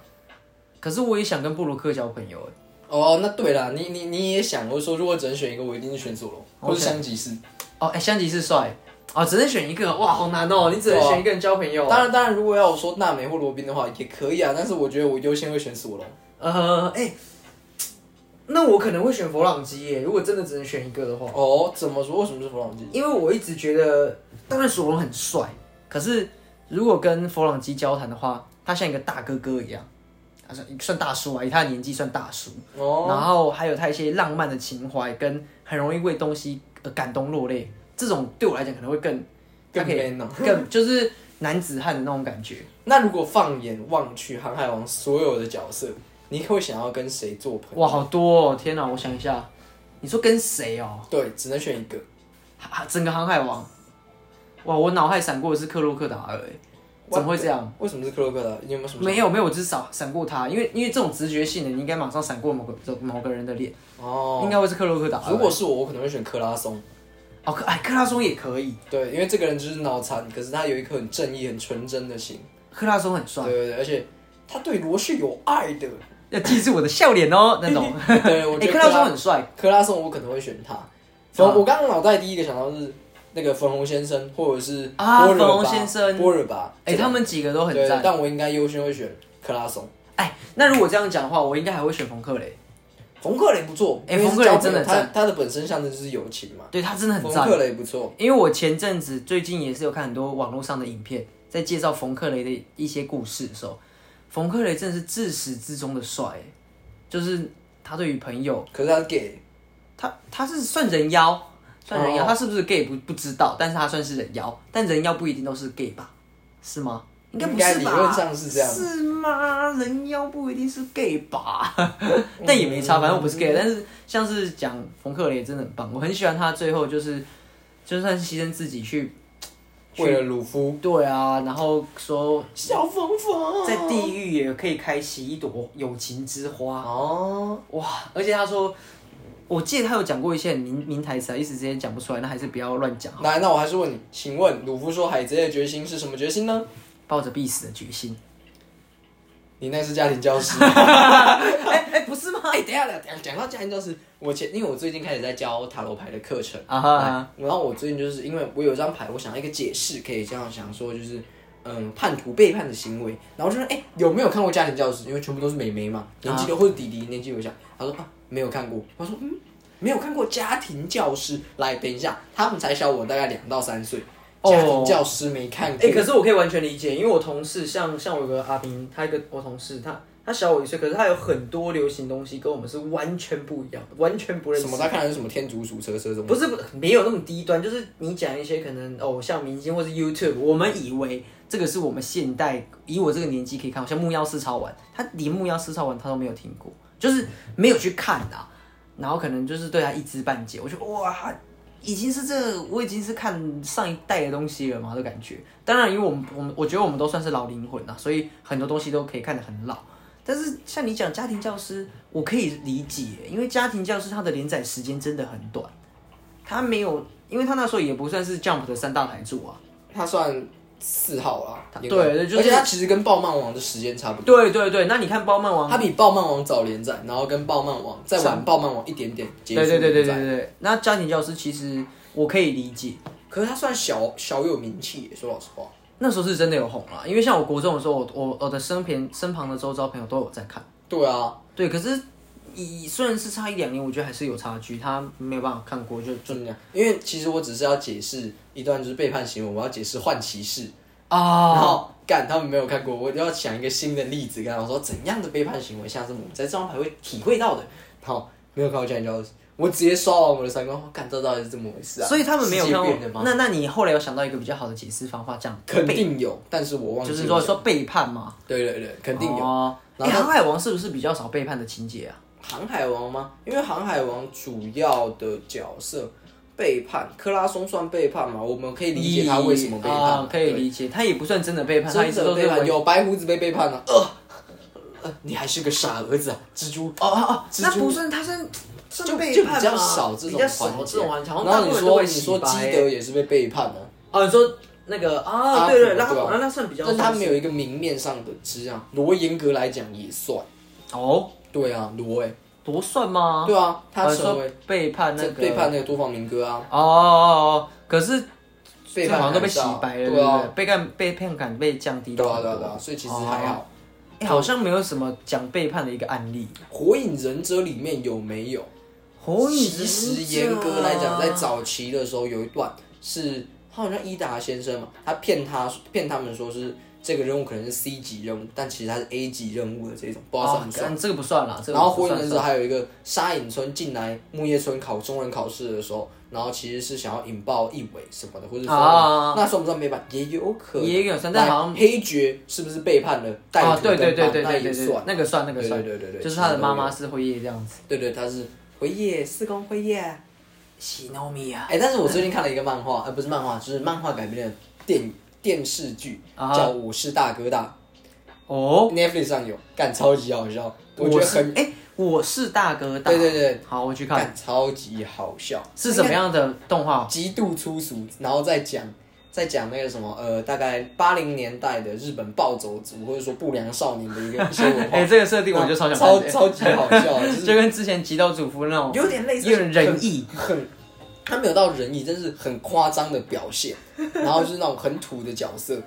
可是我也想跟布鲁克交朋友哎。哦，那对啦，你你你也想，我说如果只能选一个，我一定是选索隆，我或是选香吉士。哦，哎、香吉士帅哦，只能选一个哇，好难哦，你只能选一个人交朋友。当然当然，如果要我说娜美或罗宾的话，也可以啊，但是我觉得我优先会选索隆。呃，哎、那我可能会选佛朗基耶，如果真的只能选一个的话。哦，怎么说？为什么是弗朗基？因为我一直觉得，当然索隆很帅，可是如果跟弗朗基交谈的话，他像一个大哥哥一样，他算算大叔啊，以他的年纪算大叔。哦，然后还有他一些浪漫的情怀，跟很容易为东西呃感动落泪，这种对我来讲可能会更他更可以 man 哦。更就是男子汉的那种感觉。那如果放眼望去，《航海王》所有的角色，你会想要跟谁做朋友？哇，好多哦！天哪，我想一下，你说跟谁哦？对，只能选一个。哈整个航海王，哇，我脑海闪过的是克洛克达尔，哎怎么会这样？为什么是克洛克达？你有没有什么？没有没有，我只是闪闪过他，因为因为这种直觉性的，你应该马上闪过某个某个人的脸，哦，应该会是克洛克达尔。如果是我，我可能会选克拉松。哦克哎克拉松也可以，对，因为这个人就是脑残，可是他有一颗很正义、很纯真的心。克拉松很帅，对对对，而且他对罗是有爱的。要记住我的笑脸哦那 种。对，我哎觉得克拉松很帅，克拉松，我可能会选他。嗯粉，我刚刚脑袋第一个想到是那个粉红先生，或者是啊波尔巴粉红先生波尔吧。哎他们几个都很对，赞。但我应该优先会选克拉松。哎，那如果这样讲的话，我应该还会选冯克雷，冯克雷不错，哎因为是冯克雷交朋真的友他他的本身象征就是友情嘛。对他真的很冯赞。克雷不错，因为我前阵子最近也是有看很多网络上的影片，在介绍冯克雷的一些故事的时候，冯克雷真的是自始至终的帅，哎就是他对于朋友。可是他是 gay，他他是算人妖，算人妖，哦他是不是 gay 不不知道，但是他算是人妖，但人妖不一定都是 gay 吧？是吗？应该不是吧？应该理论上是这样是吗？人妖不一定是 gay 吧？但也没差，嗯反正我不是 gay，但是像是讲冯克雷真的很棒，我很喜欢他，最后就是就算是牺牲自己去为了鲁夫，对啊，然后说小冯冯在地狱也可以开启一朵友情之花。哦，哇！而且他说，我记得他有讲过一些很名名台词啊，一时之间讲不出来，那还是不要乱讲，来，那我还是问你，请问鲁夫说海贼的决心是什么决心呢？抱着必死的决心。你那是家庭教 师。哎哎，不是吗？哎、等一下，等一下讲到家庭教师，我前因为我最近开始在教塔罗牌的 课程啊哈啊哎然后我最近就是因为我有一张牌，我想要一个解释，可以这样想说，就是嗯，叛徒背叛的行为。然后就说，哎、有没有看过家庭教师？因为全部都是美眉嘛，年纪都或者弟弟年纪有小。他说啊，没有看过。我说嗯，没有看过家庭教师。来，等一下，他们才小我大概两到三岁，哦家庭教师没看过。哎、可是我可以完全理解，因为我同事像像我有个阿平，他一个我同事，他他小我一岁，可是他有很多流行东西跟我们是完全不一样，完全不认识什。么？他看的是什么天竺鼠车车这种？不是不没有那么低端，就是你讲一些可能偶像明星或是 YouTube，我们以为这个是我们现代以我这个年纪可以看，像木曜四超玩，他连木曜四超玩他都没有听过，就是没有去看啊，然后可能就是对他啊一知半解。我觉得哇，已经是这个我已经是看上一代的东西了嘛的感觉。当然，因为我们我们我觉得我们都算是老灵魂啊，所以很多东西都可以看得很老。但是像你讲家庭教师，我可以理解，因为家庭教师它的连载时间真的很短，它没有，因为它那时候也不算是 Jump 的三大台柱啊。他算四号啦，他严格对就是而且他其实跟暴漫王的时间差不多，对对对，那你看包漫王，他比暴漫王早连载，然后跟暴漫王再晚暴漫王一点点结对束对对对对连载对对，那家庭教师其实我可以理解，可是他算小小有名气耶，说老实话，那时候是真的有红了，因为像我国中的时候，我我我的身边身旁的周遭朋友都有在看，对啊，对，可是以虽然是差一两年，我觉得还是有差距，他没有办法看过就就就那样。因为其实我只是要解释一段就是背叛行为，我要解释换骑士，然啊，后干他们没有看过，我就要想一个新的例子，跟他们说怎样的背叛行为像是我们在这张牌会体会到的。好，没有看过家庭教师，我直接刷完我的三观，干这到底是怎么回事啊？所以他们没有世界看变了过。吗那那你后来有想到一个比较好的解释方法，讲肯背，定有，但是我忘记就了。是说说背叛嘛，对对对，肯定有。哦哎，然后航海王是不是比较少背叛的情节啊？航海王吗？因为航海王主要的角色背叛，克拉松算背叛嘛？我们可以理解他为什么背叛嘛，啊可以理解，他也不算真的背叛，他一对。直真都的是背叛，为有白胡子被背叛了、呃呃，你还是个傻儿子啊，蜘蛛。哦哦哦，蜘蛛那不算，他算算就背就叛比较吗少这比种较环少节这种环节，好像然大部后你分都说会你洗说白基欸。德也是被背叛的、哦，你说那个阿啊，对对，普那对吧那那算比较少，但他没有一个明面上的知啊。罗严格来讲也算，哦，对啊，罗哎、多算吗？对啊，他呃成说为背叛那这个背叛那个多方民歌啊，哦哦哦，可是背这叛好像都被海洗盗白了，对对啊不对？被干被骗感被降低对到啊很对多啊对啊，所以其实还好。哎好像没有什么讲背叛的一个案例。火影忍者》里面有没有？火影其忍实者严格来讲，在早期的时候有一段是他好像伊达先生嘛，他骗他骗他们说是这个任务可能是 C 级任务，但其实它是 A 级任务的这种，不知道哦算不，算。干这个不算了，这个然后《不火影算忍者》算还有一个沙隐村进来木叶村考中文考试的时候，然后其实是想要引爆义伟什么的，或者说、啊那算不算背叛？也有可能，也有可能但好像来黑爵是不是背叛了？带哦，土对对登对板对那对也对算对，。那个算那个算，对对对对对就是他的妈妈是辉夜这样子。对对，他是辉夜四宫辉夜。喜诺米啊，哎、但是我最近看了一个漫画，呃，不是漫画，就是漫画改编的电影电视剧，啊哈叫《我是大哥大哦，》 ，Netflix 上有，干超级好笑，我觉我得是很哎，我是大哥大，对对对，好，我去看干超级好笑，是什么样的动画极度粗俗，然后再讲再讲那个什么呃，大概八零年代的日本暴走族或者说不良少年的一个一些文 化，哎、这个设定我就超想看超的、超级好笑，就是 就跟之前《极道主夫》那种有点类似有点仁义很，他没有到仁义，但是很夸张的表 现，然后就是那种很土的角色，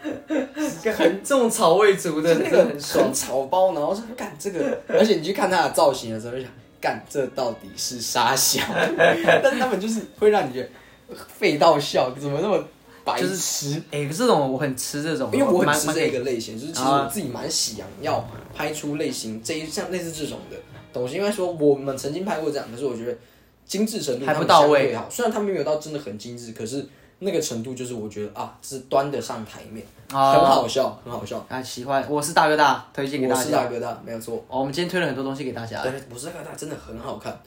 很这种草味族的，那真个的很爽很。草包，然后说干 这个，而且你去看他的造型的时候，就想干这到底是沙小， 但是他们就是会让你觉得废到笑，怎么那么白痴？哎、这种我很吃这种，因为我很蛮吃蛮这个类型，就是其实啊我自己蛮想要拍出类型这一像类似这种的东西。因为说我们曾经拍过这样，可是我觉得精致程度还不他们到相位对好，虽然他们没有到真的很精致，可是那个程度就是我觉得啊，是端得上台面，啊很好笑，很好笑。啊喜欢。我是大哥大，推荐给我大是家。大哥大，没有错。哦，我们今天推了很多东西给大家。对，我是大哥大真的很好看，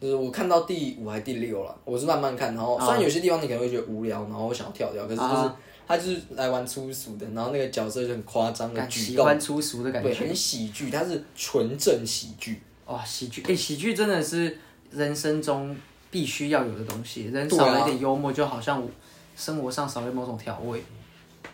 就是我看到第五还第六了，我是慢慢看，然后虽然有些地方你可能会觉得无聊，然后我想要跳掉，可是就是啊他就是来玩粗俗的，然后那个角色就很夸张的感举喜动，欢粗俗的感对，觉。很喜剧，它是纯正喜剧，哇、喜剧，哎、喜剧真的是人生中必须要有的东西。人对少啊了一点幽默，就好像生活上少了某种调味。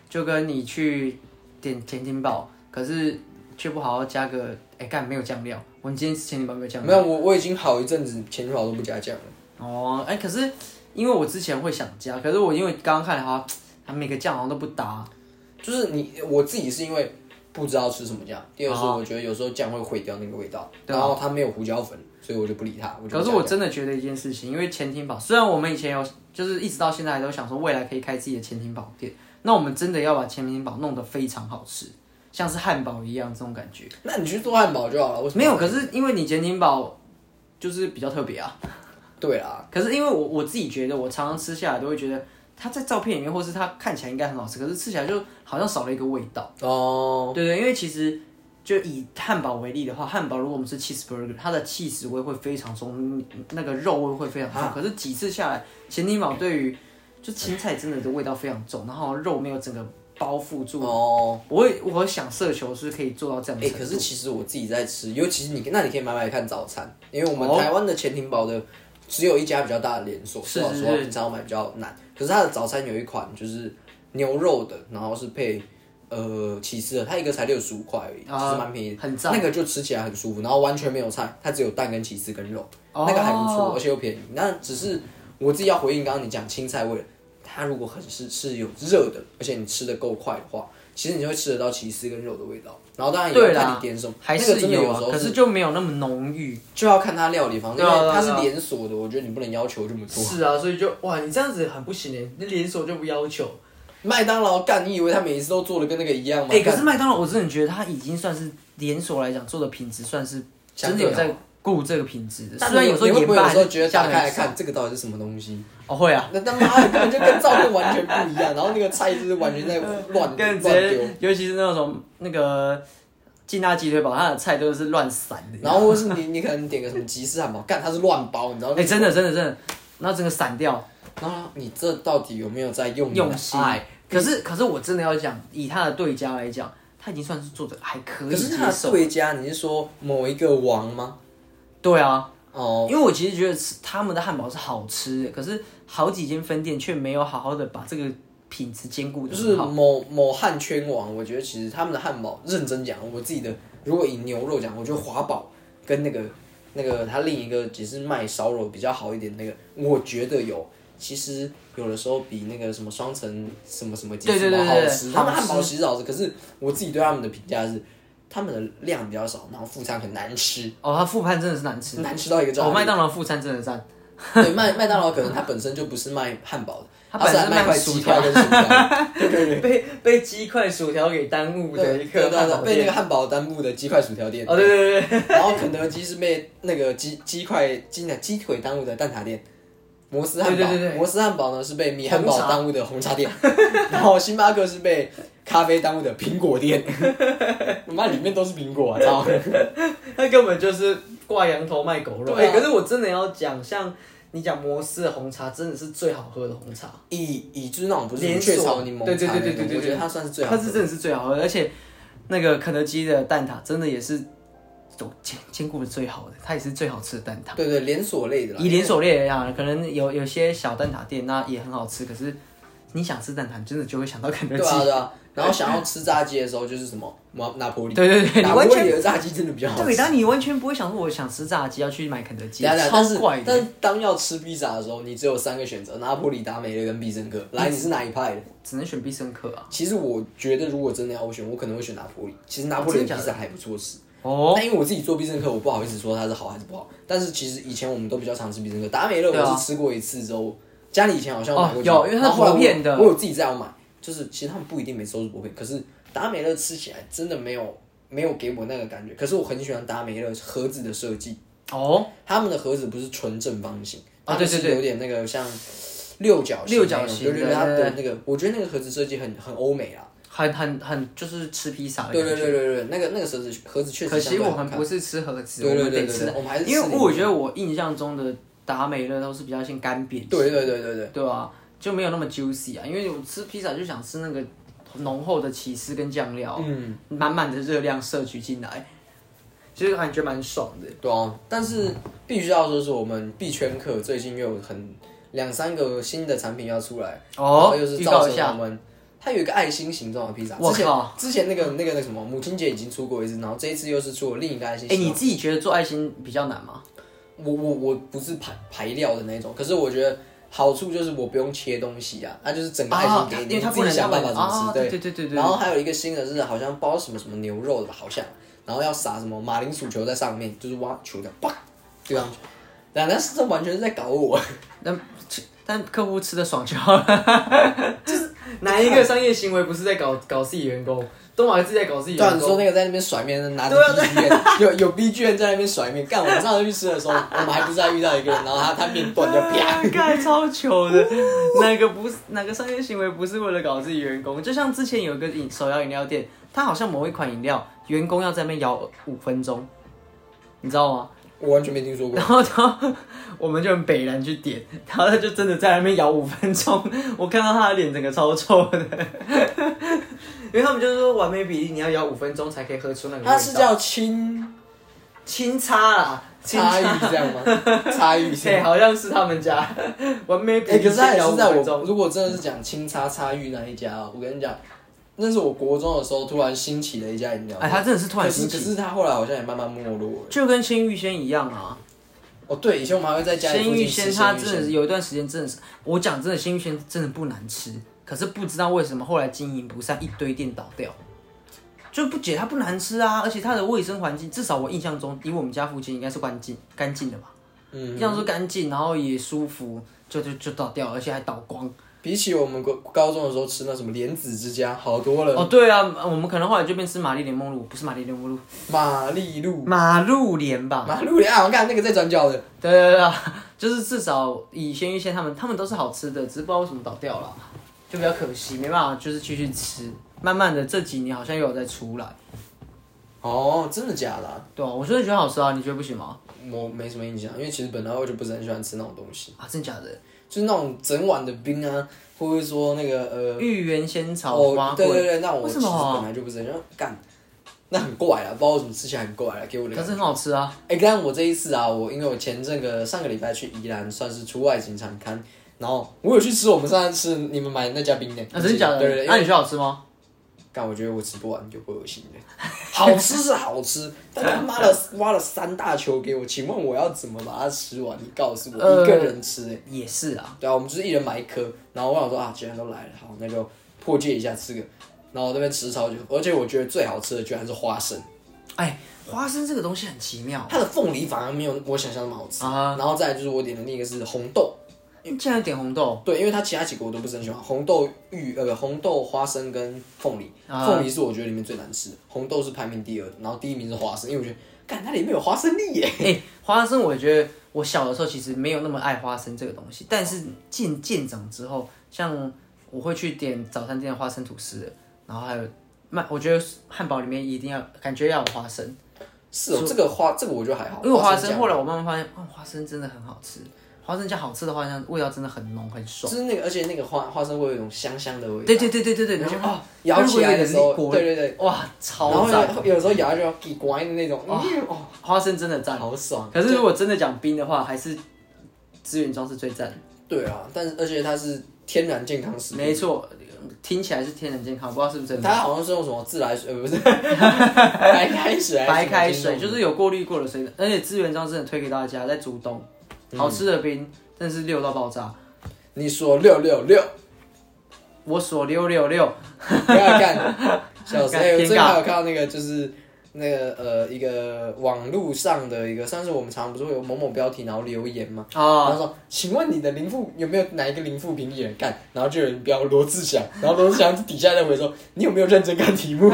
就跟你去点甜甜宝，可是却不好好加个，哎、干没有酱料，我们今天吃前天包没有酱没料。有，我我已经好一阵子前女友都不加酱了。哦，哎、可是因为我之前会想加，可是我因为刚刚看的话，它啊每个酱好像都不搭。就是你我自己是因为不知道吃什么酱，第二是啊我觉得有时候酱会毁掉那个味道，然后它没有胡椒粉，所以我就不理它。我就可不是加我真的觉得一件事情，因为潜艇堡，虽然我们以前有，就是一直到现在还都想说未来可以开自己的潜艇堡店，那我们真的要把潜艇堡弄得非常好吃，像是汉堡一样这种感觉。那你去做汉堡就好啊了，为什么没有，可是因为你潜艇堡就是比较特别啊。对啊啦，可是因为我我自己觉得，我常常吃下来都会觉得，它在照片里面，或是它看起来应该很好吃，可是吃起来就好像少了一个味道。哦，对对，因为其实就以汉堡为例的话，汉堡如果我们吃 cheese burger，它的 cheese 味会非常重，那个肉味会非常重。可是几次下来，咸丁堡对于就青菜真的的味道非常重，然后肉没有整个包覆住。哦，我会我想奢求是可以做到这样哎、的程度。可是其实我自己在吃，尤其是你，那你可以买买看早餐，因为我们哦台湾的潜艇堡的只有一家比较大的连锁，是说老是实话是平常要买比较难。可是它的早餐有一款就是牛肉的，然后是配呃起司的，它一个才六十五块而已，其啊实蛮便宜的，很赞那个就吃起来很舒服，然后完全没有菜，它只有蛋跟起司跟肉，哦那个还不错，而且又便宜。那只是我自己要回应刚刚你讲青菜味，它如果很是是有热的，而且你吃的够快的话，其实你会吃得到起司跟肉的味道。然后当然也对要看啦你点什么，，还那个是真的有时啊，候可是就没有那么浓郁。就要看它料理方式，对因为啊它对啊是连锁的，我觉得你不能要求这么多。是啊，所以就哇，你这样子很不欸行哎，那连锁就不要求。麦当劳干，你以为他每一次都做的跟那个一样吗？哎、可是麦当劳，我真的觉得它已经算是连锁来讲做的品质，算是真的有在顾这个品质的。但虽然有时候你会盐不会巴有还时是候觉得打加开来很少看这个到底是什么东西？哦会啊，那他妈的根本就跟照片完全不一样，然后那个菜就是完全在 乱乱跟直丢接。，尤其是那种那个劲辣鸡腿堡，它的菜都是乱散的。 然后或是你你可能点个什么吉士汉堡，干它是乱包，你知道吗？哎、真的真的真的，然后整个散掉然后你这到底有没有在用你的用心嗯爱？。可是可是我真的要讲，以它的对家来讲，它已经算是做的还可以可是它接的受。对家，你是说某一个王吗？对啊，哦，因为我其实觉得吃他们的汉堡是好吃的，可是好几间分店却没有好好的把这个品质兼顾就的是好。某某汉圈王，我觉得其实他们的汉堡，认真讲，我自己的如果以牛肉讲，我觉得华堡跟那个那个他另一个只是卖烧肉比较好一点，那个我觉得有。其实有的时候比那个什么双层什么什么鸡对翅对堡对好对吃，对他们好汉吃堡其实好吃，可是我自己对他们的评价是，他们的量比较少，然后副餐很难吃，哦，它副餐真的是难吃，难吃到一个炸哦，麦当劳副餐真的赞。对，麦麦当劳可能它本身就不是卖汉堡的，啊它是本身来卖卖块薯鸡块跟薯 条。对对对，被被鸡块薯条给耽误的对一对个汉对，堡被那个店。汉堡耽误的鸡块薯条店。哦，对对对对，然后肯德基是被那个鸡鸡块鸡呢鸡腿耽误的蛋挞店。摩斯汉堡对对对，对摩斯汉堡呢是被米汉堡红茶耽误的红茶店， 然后星巴克是被咖啡耽误的苹果店。 妈，里面都是苹果啊！操，他根本就是挂羊头卖狗肉。对对、啊可是我真的要讲，像你讲摩斯的红茶，真的是最好喝的红茶。以以就是那种不是连锁雀巢柠檬茶对对对对那种对对我觉对得它算是最好它喝的。是真的是最好喝的，而且那个肯德基的蛋挞真的也是都兼兼顾的最好的，它也是最好吃的蛋挞。对对连锁类的啦，以连锁类来讲，可能有有些小蛋挞店那也很好吃，可是你想吃蛋挞，你真的就会想到肯德对基。啊，对啊。然后想要吃炸鸡的时候，就是什么拿拿破里，对对对，你拿完破全里的炸鸡真的比较好对，吃。当你完全不会想说我想吃炸鸡，要去买肯德基，等一下超怪啊但是的，但当要吃披萨的时候，你只有三个选择：拿破里、达美乐跟必胜嗯客。来，你是哪一派的？只能选必胜客啊。其实我觉得，如果真的要我选，我可能会选拿破里。其实拿破里真的假的披的萨还不错吃，哦，但因为我自己做必胜客，我不好意思说它是好还是不好。但是其实以前我们都比较常吃必胜客，达美乐对啊我是吃过一次之后，家里以前好像有买过哦几个，有因为它是然后后来我薄片的我有自己在要买，就是其实他们不一定每次都是薄片，可是达美乐吃起来真的没有没有给我那个感觉。可是我很喜欢达美乐盒子的设计，哦，他们的盒子不是纯正方形，啊它们对对是有点那个像六角形六角形那种对对对，它对对的那个，我觉得那个盒子设计很很欧美啦。很很很就是吃披萨的啊对感对觉。对对对，那个那个盒子盒子确实可惜相对我好们看不是吃盒子，对对们对得对吃对，我们还是因吃为那我个觉得我印象中的达美乐都是比较先干扁，对对对对对，对啊，就没有那么 juicy 啊。因为我吃披萨就想吃那个浓厚的起司跟酱料，嗯，满满的热量摄取进来，其实感觉蛮爽的。对啊。但是必须要说是我们币圈客最近又有很两三个新的产品要出来，哦然后又是预造告一成下我们它有一个爱心形状的披萨。我之前之前那个那个那个什么母亲节已经出过一次，然后这一次又是出了另一个爱心哎、你自己觉得做爱心比较难吗？我我我不是排排料的那种，可是我觉得好处就是我不用切东西啊，它就是整个爱啊心给你，它因为它你自己想办法怎不能么吃。啊对对对对对然后还有一个新的是好像包什么什么牛肉的吧，好像，然后要撒什么马铃薯球在上面，就是挖球的，啪丢上去。啊但但是这完全是在搞我，但但客户吃的爽 就好了。哪一个商业行为不是在搞搞自己员工？都马是自己在搞自己 对啊，员你说工。那个在那边甩面，拿着啊 B 卷，有有 B 卷在那边甩面，干！我们上次去吃的时候，我们还不是还遇到一个人，然后他他面断就啪，盖超糗的，哪个不是哪个商业行为不是为了搞自己员工？就像之前有一个饮手摇饮料店，它好像某一款饮料，员工要在那边摇五分钟，你知道吗？我完全没听说过然。后他我们就很北然去点，然后他就真的在那边摇五分钟，我看到他的脸整个超臭的。 因为他们就是说完美比例，你要摇五分钟才可以喝出那个味道。他是叫清清擦啦，清差擦。异这样吗？差异是 对，吗？好像是他们家 完美比哎、例可是他先也摇是五在分我钟。如果真的是讲清差差域那一家哦，我跟你讲，那是我国中的时候突然兴起的一家饮料店。哎，他真的是突然可是兴可起，是他后来好像也慢慢没落了。就跟鲜芋仙一样啊。哦，对，以前我们还会在家里鲜附芋近吃仙鲜它芋真的仙是有一段时间真的是，我讲真的，鲜芋仙真的不难吃，可是不知道为什么后来经营不善，一堆店倒掉。就不解它不难吃啊，而且它的卫生环境，至少我印象中，以我们家附近应该是干净干净的吧，嗯，这样说干净，然后也舒服，就就就倒掉了，而且还倒光。比起我们高高中的时候吃那什么莲子之家，好多了。哦，对啊，我们可能后来就变吃玛丽莲梦露，不是玛丽莲梦露，马丽露，马路莲吧？马路莲啊，我看那个在转角的，对对对对， 就是至少以鲜芋仙他们，他们都是好吃的，只是不知道为什么倒掉了，就比较可惜，没办法，就是继续吃。慢慢的这几年好像又有在出来，哦，真的假的啊、对啊，我真的觉得好吃啊，你觉得不行吗？我没什么印象，因为其实本来我就不是很喜欢吃那种东西，啊，真假的？就是那种整碗的冰啊，或者说那个呃芋圆仙草哦花，对桂，对对，那我为其什实么本来就不是很想干，那很怪啊，不知道为什么吃起来很怪啊，给我可的感是觉。很好吃啊。哎、但我这一次啊，我因为我前这个上个礼拜去宜兰，算是出外景常看，然后我有去吃我们上次吃你们买的那家冰店，啊，真的假的？对对对，因那、你为觉得好吃吗？干、我觉得我吃不完就会恶心的。 好吃是好吃，但他妈的挖了三大球给我，请问我要怎么把它吃完？你告诉我，呃一个人吃、欸，也是啊，对啊，我们就是一人买一颗，然后我想说啊，既然都来了，好，那就破戒一下吃个。然后我那边吃超久，而且我觉得最好吃的居然是花生，哎，花生这个东西很奇妙，它的凤梨反而没有我想象那么好吃啊然后再来就是我点的另一个是红豆，你竟然有点红豆，对，因为它其他几个我都不是很喜欢，红豆玉呃不红豆花生跟凤梨，啊凤梨是我觉得里面最难吃的，红豆是排名第二的，然后第一名是花生，因为我觉得，干它里面有花生 粒耶，哎、花生，我觉得我小的时候其实没有那么爱花生这个东西，但是渐渐长之后，像我会去点早餐店的花生吐司了，然后还有麦，我觉得汉堡里面一定要感觉要有花生，是哦，这个花这个我觉得还好，因为花酱生后来我慢慢发现，哦，花生真的很好吃，花生酱好吃的花生味道真的很浓很爽，就是那个，而且那个花花生会有一种香香的味道，对对对对对对，然然后后哦哦，咬起来的时候然后会有对一对对点果哇，然超后赞，有有时候咬下去要给乖的那种，嗯哦，花生真的赞。好爽。可是如果真的讲冰的话，还是资源装是最赞的。对啊，但是而且它是天然健康食品，没错，听起来是天然健康，不知道是不是真的。它好像是用什么自来水，呃 不是白开水还是什么，啊白开水就是有过滤过的水，而且资源上真的推给大家，在竹东，好吃的冰真的是六到爆炸，你说六六六，我所六六六，不要干，小时候干哎我天最近尬还有看到那个就是。那个呃，一个网络上的一个，上次我们常常不是会有某某标题，然后留言嘛，哦然后说，请问你的零负有没有哪一个零负评议员干？然后就有人标罗志祥，然后罗志祥底下在回说，你有没有认真看题目？ 我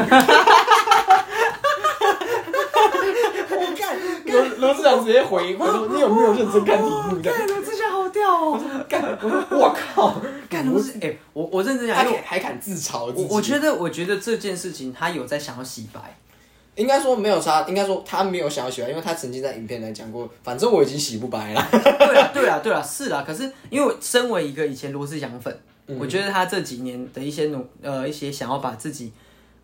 干，罗罗志祥直接回我说，你有没有认真看题目的？我之前好屌 哦，干，我说我靠，干的不是哎，我我认真讲，还因为敢还敢自嘲自我己？我觉得我觉得这件事情他有在想要洗白，应该说没有差，应该说他没有想要喜欢，因为他曾经在影片来讲过，反正我已经洗不白了。对啦对啊啦对啦是啦，可是因为我身为一个以前罗志祥粉，嗯我觉得他这几年的一些努呃一些想要把自己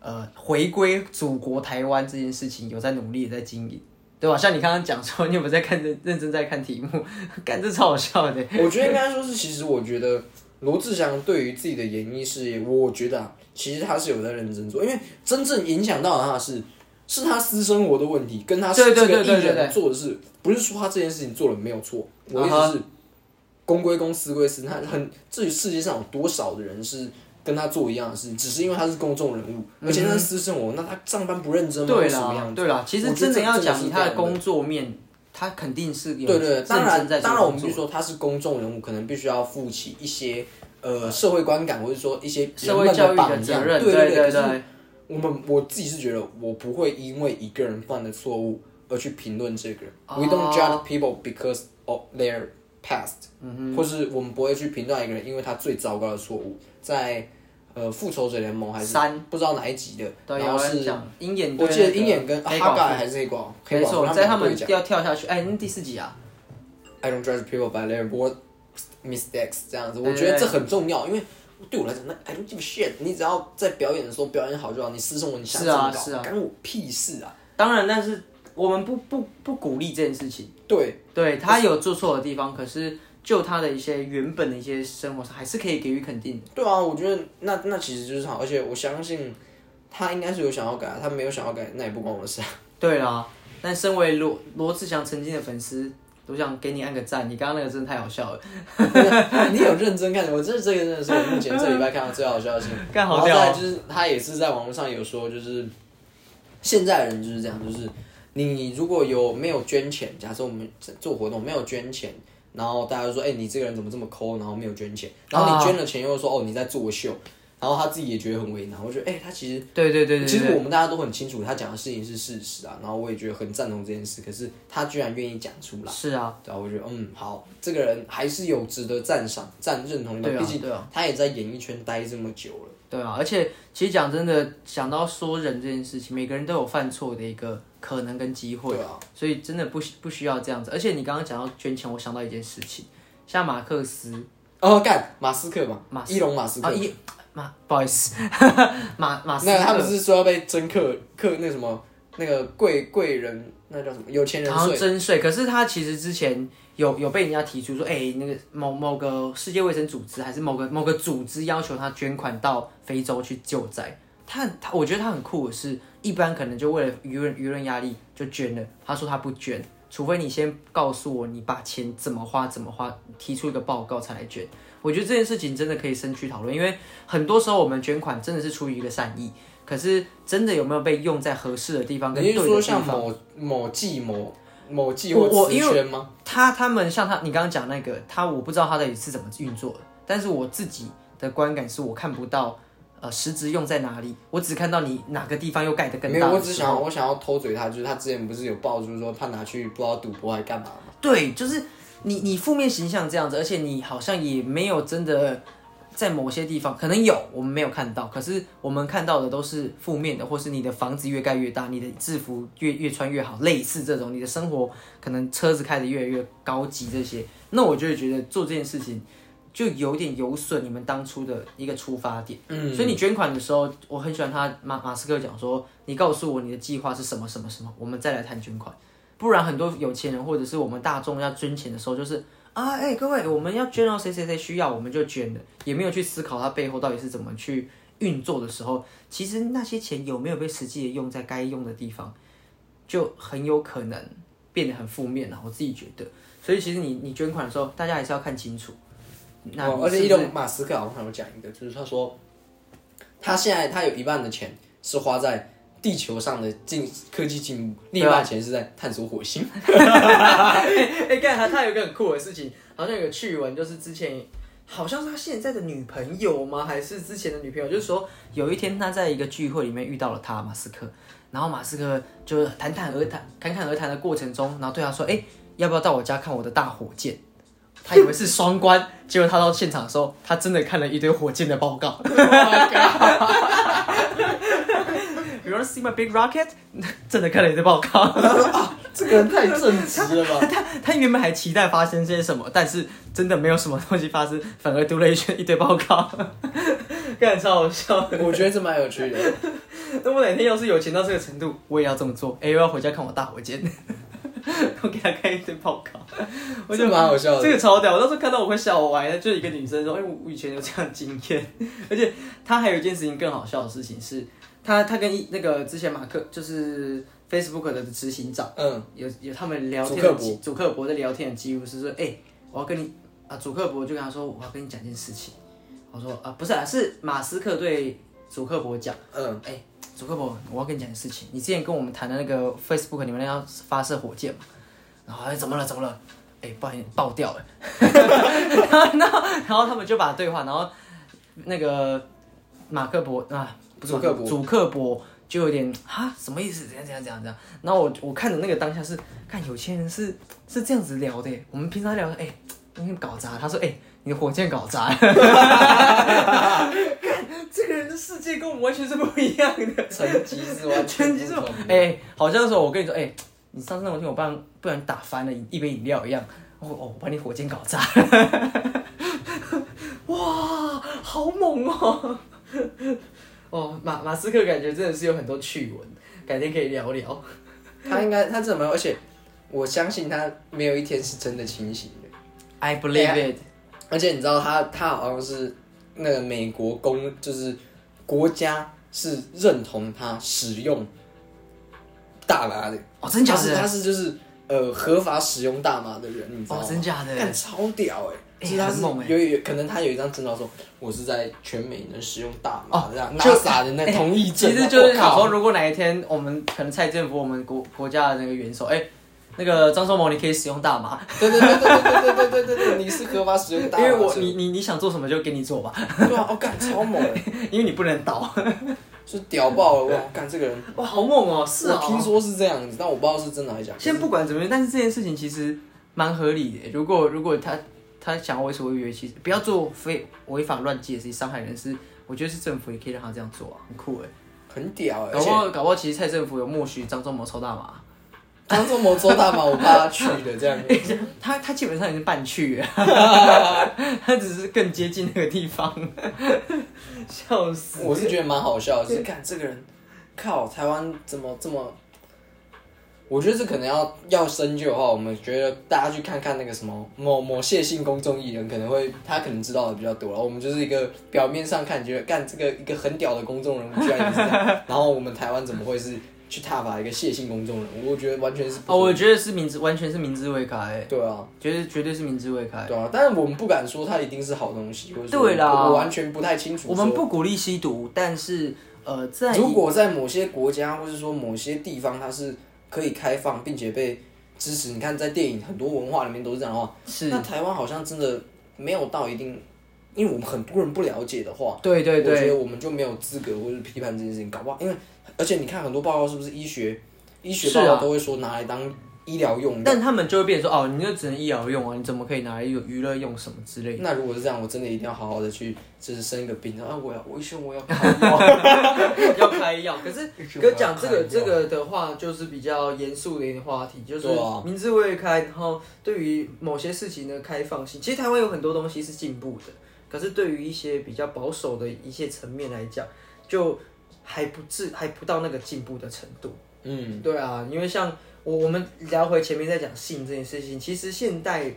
呃回归祖国台湾这件事情有在努力也在经营。对吧？像你刚刚讲说，你 有没有在看认认真在看题目？感这超好笑的。我觉得应该说是，其实我觉得罗志祥对于自己的演艺事业，我觉得啊，其实他是有在认真做，因为真正影响到他的是是他私生活的问题，跟他对对这对对个对艺对啊人做的是，不是说他这件事情做了没有错，我的意思是公归公，私归私，他很至于世界上有多少的人是。跟他做一样的事，只是因为他是公众人物，而且他是私生活，那他上班不认真嗯吗？对是什么样啦子，对啦，其实我觉真得的这要真的讲是他这的样的工作面，他肯定是有对对，认真当然在做当然，我们工必须作说他是公众人物，可能必须要负起一些呃社会观感，或者说一些社会教育人们的榜责样任，对对对。可是对，我们我自己是觉得，我不会因为一个人犯的错误而去评论这个人。We 哦 don't judge people because of their past，、或嗯是我们不会去评断一个人，因为他最糟糕的错误，在呃复仇者联盟还是三不知道哪一集的，对然后有人是讲鹰眼对我记得那个鹰眼跟黑哈寡妇盖还是黑寡黑没寡妇错，在他们对讲要跳下去，哎，那第四集啊， I don't judge people by their word mistakes 这样子，对我觉得这很重要，因为对我来讲，那 I don't give a shit，你只要在表演的时候表演好就好，你私生活你想是啊怎么搞是啊干我屁事啊！当然，但是我们不不不鼓励这件事情，对，对他有做错的地方，可是就他的一些原本的一些生活上，还是可以给予肯 定的。对啊，我觉得那那其实就是好，而且我相信他应该是有想要改啊，他没有想要改，那也不关我的事啊。对啦，但身为罗罗志祥曾经的粉丝，我想给你按个赞，你刚刚那个真的太好笑了。。你有认真看？我这这个真的是我目前这礼拜看到最好笑的事情 干好然后屌哦再来就是他也是在网络上有说，就是现在人就是这样，就是你如果有没有捐钱，假设我们做活动没有捐钱。然后大家就说：“哎、你这个人怎么这么抠？然后没有捐钱，然后你捐了钱又说、哦你在作秀，然后他自己也觉得很为难。我觉得，哎、他其实 对对对对其对实我们大家都很清楚他讲的事情是事实啊，然后我也觉得很赞同这件事，可是他居然愿意讲出来。是啊，对啊，我觉得嗯好，这个人还是有值得赞赏、赞认同的，对啊毕竟对他也在演艺圈待这么久了。对啊，而且其实讲真的，讲到说人这件事情，每个人都有犯错的一个可能跟机会，对啊所以真的不需不需要这样子。而且你刚刚讲到捐钱，我想到一件事情，像马克思哦，干马斯克嘛，马斯伊隆马斯克，啊，一马不好意思， 马啊马斯那他克不是说要被征课课那什么那个贵贵人那叫什么有钱人好像税？征税，可是他其实之前有有被人家提出说，哎、那个某某个世界卫生组织还是某个某个组织要求他捐款到非洲去救灾。他很他我觉得他很酷的是，一般可能就为了舆论舆论压力就捐了，他说他不捐，除非你先告诉我你把钱怎么花怎么花，提出一个报告才来捐。我觉得这件事情真的可以深去讨论，因为很多时候我们捐款真的是出于一个善意，可是真的有没有被用在合适的地方跟你对的是地说方像？某某季某某季我或我词因为圈吗？他他们像他，你刚刚讲那个他，我不知道他到底是怎么运作的，但是我自己的观感是我看不到呃实质用在哪里，我只看到你哪个地方又盖得更没大有，的我只时想候要我想要偷嘴他，就是他之前不是有爆出说他拿去不知道赌博还干嘛吗？对，就是你你负面形象这样子，而且你好像也没有真的在某些地方可能有我们没有看到，可是我们看到的都是负面的，或是你的房子越盖越大，你的制服越越穿越好，类似这种，你的生活可能车子开得越来越高级这些，那我就会觉得做这件事情。就有点有损你们当初的一个出发点，嗯所以你捐款的时候，我很喜欢他马马斯克讲说，你告诉我你的计划是什么什么什么，我们再来谈捐款。不然很多有钱人或者是我们大众要捐钱的时候，就是啊，哎、各位，我们要捐到谁谁谁需要，我们就捐了，也没有去思考它背后到底是怎么去运作的时候，其实那些钱有没有被实际的用在该用的地方，就很有可能变得很负面啊了。我自己觉得，所以其实你你捐款的时候，大家还是要看清楚。那哦你而是且伊不是隆马斯克好像有讲一个，就是他说，他现在他有一半的钱是花在地球上的进科技进步，另一半的钱是在探索火星。 哎，看他他有一个很酷的事情，好像有个趣闻，就是之前好像是他现在的女朋友吗？还是之前的女朋友？就是说有一天他在一个聚会里面遇到了他马斯克，然后马斯克就侃侃而谈，侃侃而谈的过程中，然后对他说：“哎，要不要到我家看我的大火箭？”他以为是双关，结果他到现场的时候，他真的看了一堆火箭的报告。You wanna see my big rocket？真的看了一堆报告。 这个人太正直了吧？他 他原本还期待发生些什么，但是真的没有什么东西发生， 反而丢了一圈一堆报告， 干超好笑。 我觉得这蛮有趣的。 那我哪天要是有钱到这个程度，我也要这么做。哎、又要回家看我大火箭。 我给他看一堆报告，我这蛮好笑的这个超屌！我当时看到我会笑歪，就一个女生说：“哎、我我以前有这样的经验。” 而且她还有一件事情更好笑的事情是，她她跟一那个之前马克就是 Facebook 的执行长，嗯，有有他们聊天祖克的伯记，主客博在聊天的记录是说：“哎、我要跟你啊。”主客博就跟他说：“我要跟你讲一件事情。”我说：“啊，不是啊，是马斯克对主客博讲。”嗯，哎、祖克伯，我要跟你讲件事情。你之前跟我们谈的那个 Facebook，你们要发射火箭嘛？然后哎怎么了？怎么了？哎、不好意思，爆掉了。然后，然后他们就把对话，然后那个马克伯啊，不是祖克伯祖克伯就有点啊，什么意思？怎样怎样怎样怎样？然后我我看的那个当下是，看有些人是是这样子聊的耶，我们平常聊的，哎、那天搞砸，他说，哎、你的火箭搞砸了， 这个人的世界跟我们完全是不一样的， 成绩是全完全击不是同吧，哎、好像那时候我跟你说，哎、你上次那我听我不然不然打翻了一杯饮料一样，我、哦、我把你火箭搞砸了， 哇，好猛哦！ 哦，马马斯克感觉真的是有很多趣闻，改天可以聊聊。他应该他怎么？而且我相信他没有一天是真的清醒的。 I believe it，而且你知道他，他好像是那个美国公，就是国家是认同他使用大麻的，哦，真假他是他的？是就是呃合法使用大麻的人，你知道吗？哦，真假干的？超屌哎哎、欸！就是他很是猛哎有有可能他有一张证照说，我是在全美能使用大麻哦这样就 NASA 的那同意证其啊，实就是我想说，靠，如果哪一天我们可能蔡政府，我们国国家的那个元首，哎、那个张忠谋，你可以使用大麻，对对对对对对对对对对，你是合法使用 大因麻，为我所以你你你想做什么就给你做吧， 对啊，哦干超猛哎、因为你不能倒。是屌爆 了！我干这个人，哇，好猛哦！是哦，我听说是这样子，但我不知道是真的还是假的。先不管怎么样，但是这件事情其实蛮合理的。如果如果他他想要为所欲为，其实不要做非违法乱纪的事情，伤害人是，我觉得是政府也可以让他这样做啊，很酷哎。很屌、欸，搞而不且 好搞不好其实蔡政府有默许张忠谋抽大麻， 张忠谋周大麻，我怕他去的这样子。他他基本上已经半去 了，他只是更接近那个地方， 笑死。我是觉得蛮好笑的，就是看这个人，靠，台湾怎么这么？我觉得这可能要要深究的话，我们觉得大家去看看那个什么某某谢姓公众艺人，可能会他可能知道的比较多了。我们就是一个表面上看觉得干这个一个很屌的公众人物，居然也是这样。然后我们台湾怎么会是去踏伐一个谢姓公众人物？我觉得完全是不 哦，我觉得是明知，完全是明知未开、欸，对啊，绝对绝对是明知未开。对啊，但是我们不敢说它一定是好东西，或者说对啦我完全不太清楚。我们不鼓励吸毒，但是呃，在如果在某些国家或者说某些地方，它是可以开放并且被支持，你看在电影很多文化里面都是这样的话，是那台湾好像真的没有到一定，因为我们很多人不了解的话，对对我觉对，得我们就没有资格或者批判这件事情，搞不好因为而且你看很多报告是不是医学医学是啊报告都会说拿来当医疗用的，但他们就会变成说哦，你就只能医疗用啊，你怎么可以拿来有娱乐用什么之类的？那如果是这样，我真的一定要好好的去，就是生一个病，然后啊，我要，我医生， 我要开药。 要开药，可可是一直哥讲这个往下看这个的话，就是比较严肃的一个话题，就是对啊明知未开，然后对于某些事情的开放性，其实台湾有很多东西是进步的，可是对于一些比较保守的一些层面来讲，就还不至还不到那个进步的程度。嗯，对啊，因为像我我们聊回前面在讲性这件事情，其实现代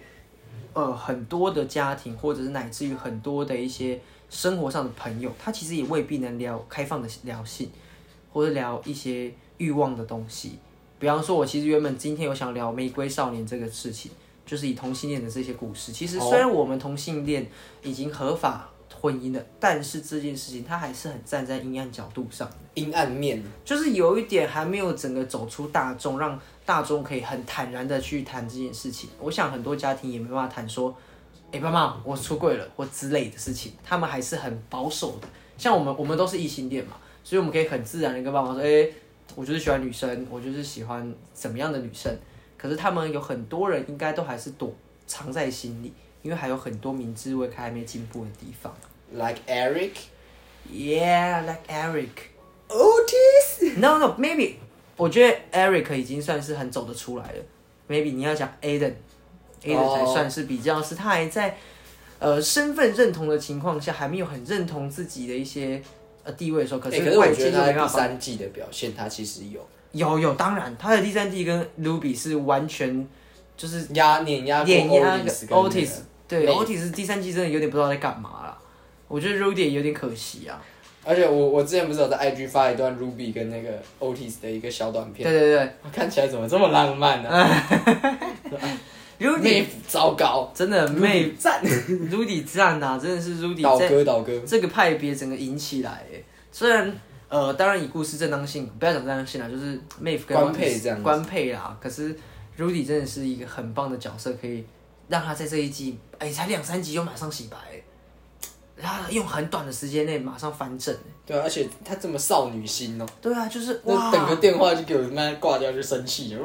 呃，很多的家庭或者是乃至于很多的一些生活上的朋友，他其实也未必能聊开放的聊性，或者聊一些欲望的东西。比方说，我其实原本今天有想聊《玫瑰少年》这个事情，就是以同性恋的这些故事。其实虽然我们同性恋已经合法婚姻了，但是这件事情它还是很站在阴暗角度上。阴暗面，就是有一点还没有整个走出大众，让大众可以很坦然的去谈这件事情。我想很多家庭也没办法谈说，哎、爸妈，我出柜了或之类的事情，他们还是很保守的。像我们，我们都是异性恋嘛，所以我们可以很自然的跟爸妈说，哎、我就是喜欢女生，我就是喜欢怎么样的女生。可是他们有很多人应该都还是躲藏在心里，因为还有很多明知未开还没进步的地方。 like Eric Yeah, like Eric. Otis。 No no maybe，我觉得 Eric 已经算是很走得出来了。Maybe 你要讲 Aden，Aden 哦才算是比较是他还在呃身份认同的情况下，还没有很认同自己的一些呃地位的时候，可欸是可是外我界觉得就他没在办第法。三季的表现，他其实有有有，当然，他的第三季跟卢比是完全就是压碾压过碾压 Otis 跟那个 Otis，对那 Otis 第三季真的有点不知道在干嘛啦。我觉得 Rudy 也有点可惜啊。而且我我之前不是有在 IG 发一段 Ruby 跟那个 Otis 的一个小短对啊片，对对看起来怎么这么浪漫呢、 ，Rudy 妹夫糟糕，真的妹赞， Rudy 赞啊，真的是 Rudy 倒在戈倒戈，这个派别整个引起来耶。虽然呃，当然以故事正当性，不要讲正当性啦，就是 Mave 跟官配这样子官配啦。可是 Rudy 真的是一个很棒的角色，可以让他在这一季，哎、才两三集就马上洗白耶，他用很短的时间内马上翻正耶。对啊，而且他这么少女心哦、对啊，就是哇那，等个电话就给我妈挂掉就生气了，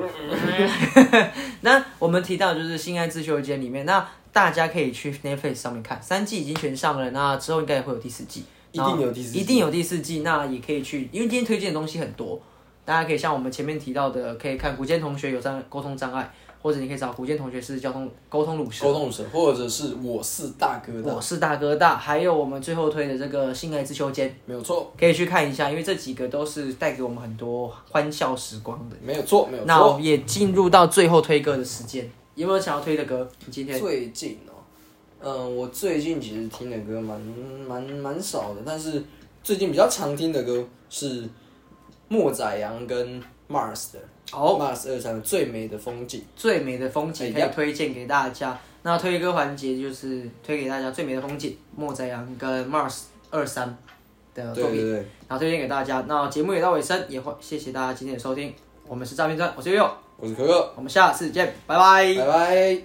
那我们提到就是《性爱自修间》里面，那大家可以去 Netflix 上面看，三季已经全上了，那之后应该也会有第四季，一定有第四季一定有第四季。那也可以去，因为今天推荐的东西很多，大家可以像我们前面提到的，可以看古建同学有障沟通障碍，或者你可以找古建同学是交通沟通鲁蛇，沟通者或者是我是大哥的，我是大哥大，还有我们最后推的这个《性爱自修间》，没有错，可以去看一下，因为这几个都是带给我们很多欢笑时光的。没有错，没有那错。我也进入到最后推歌的时间，有没有想要推的歌？你今天最近哦、嗯，我最近其实听的歌蛮蛮蛮少的，但是最近比较常听的歌是莫宰阳跟 Mars 的哦 Mars 二三的最美的风景。哎最美的风景可以推荐给大家。那推歌环节就是推给大家最美的风景，莫宰阳跟 Mars 二三的作对品，对对，然后推荐给大家。那节目也到尾声，也欢谢谢大家今天的收听。我们是诈骗专，我是悠悠，我是可可，我们下次见，拜拜。拜拜。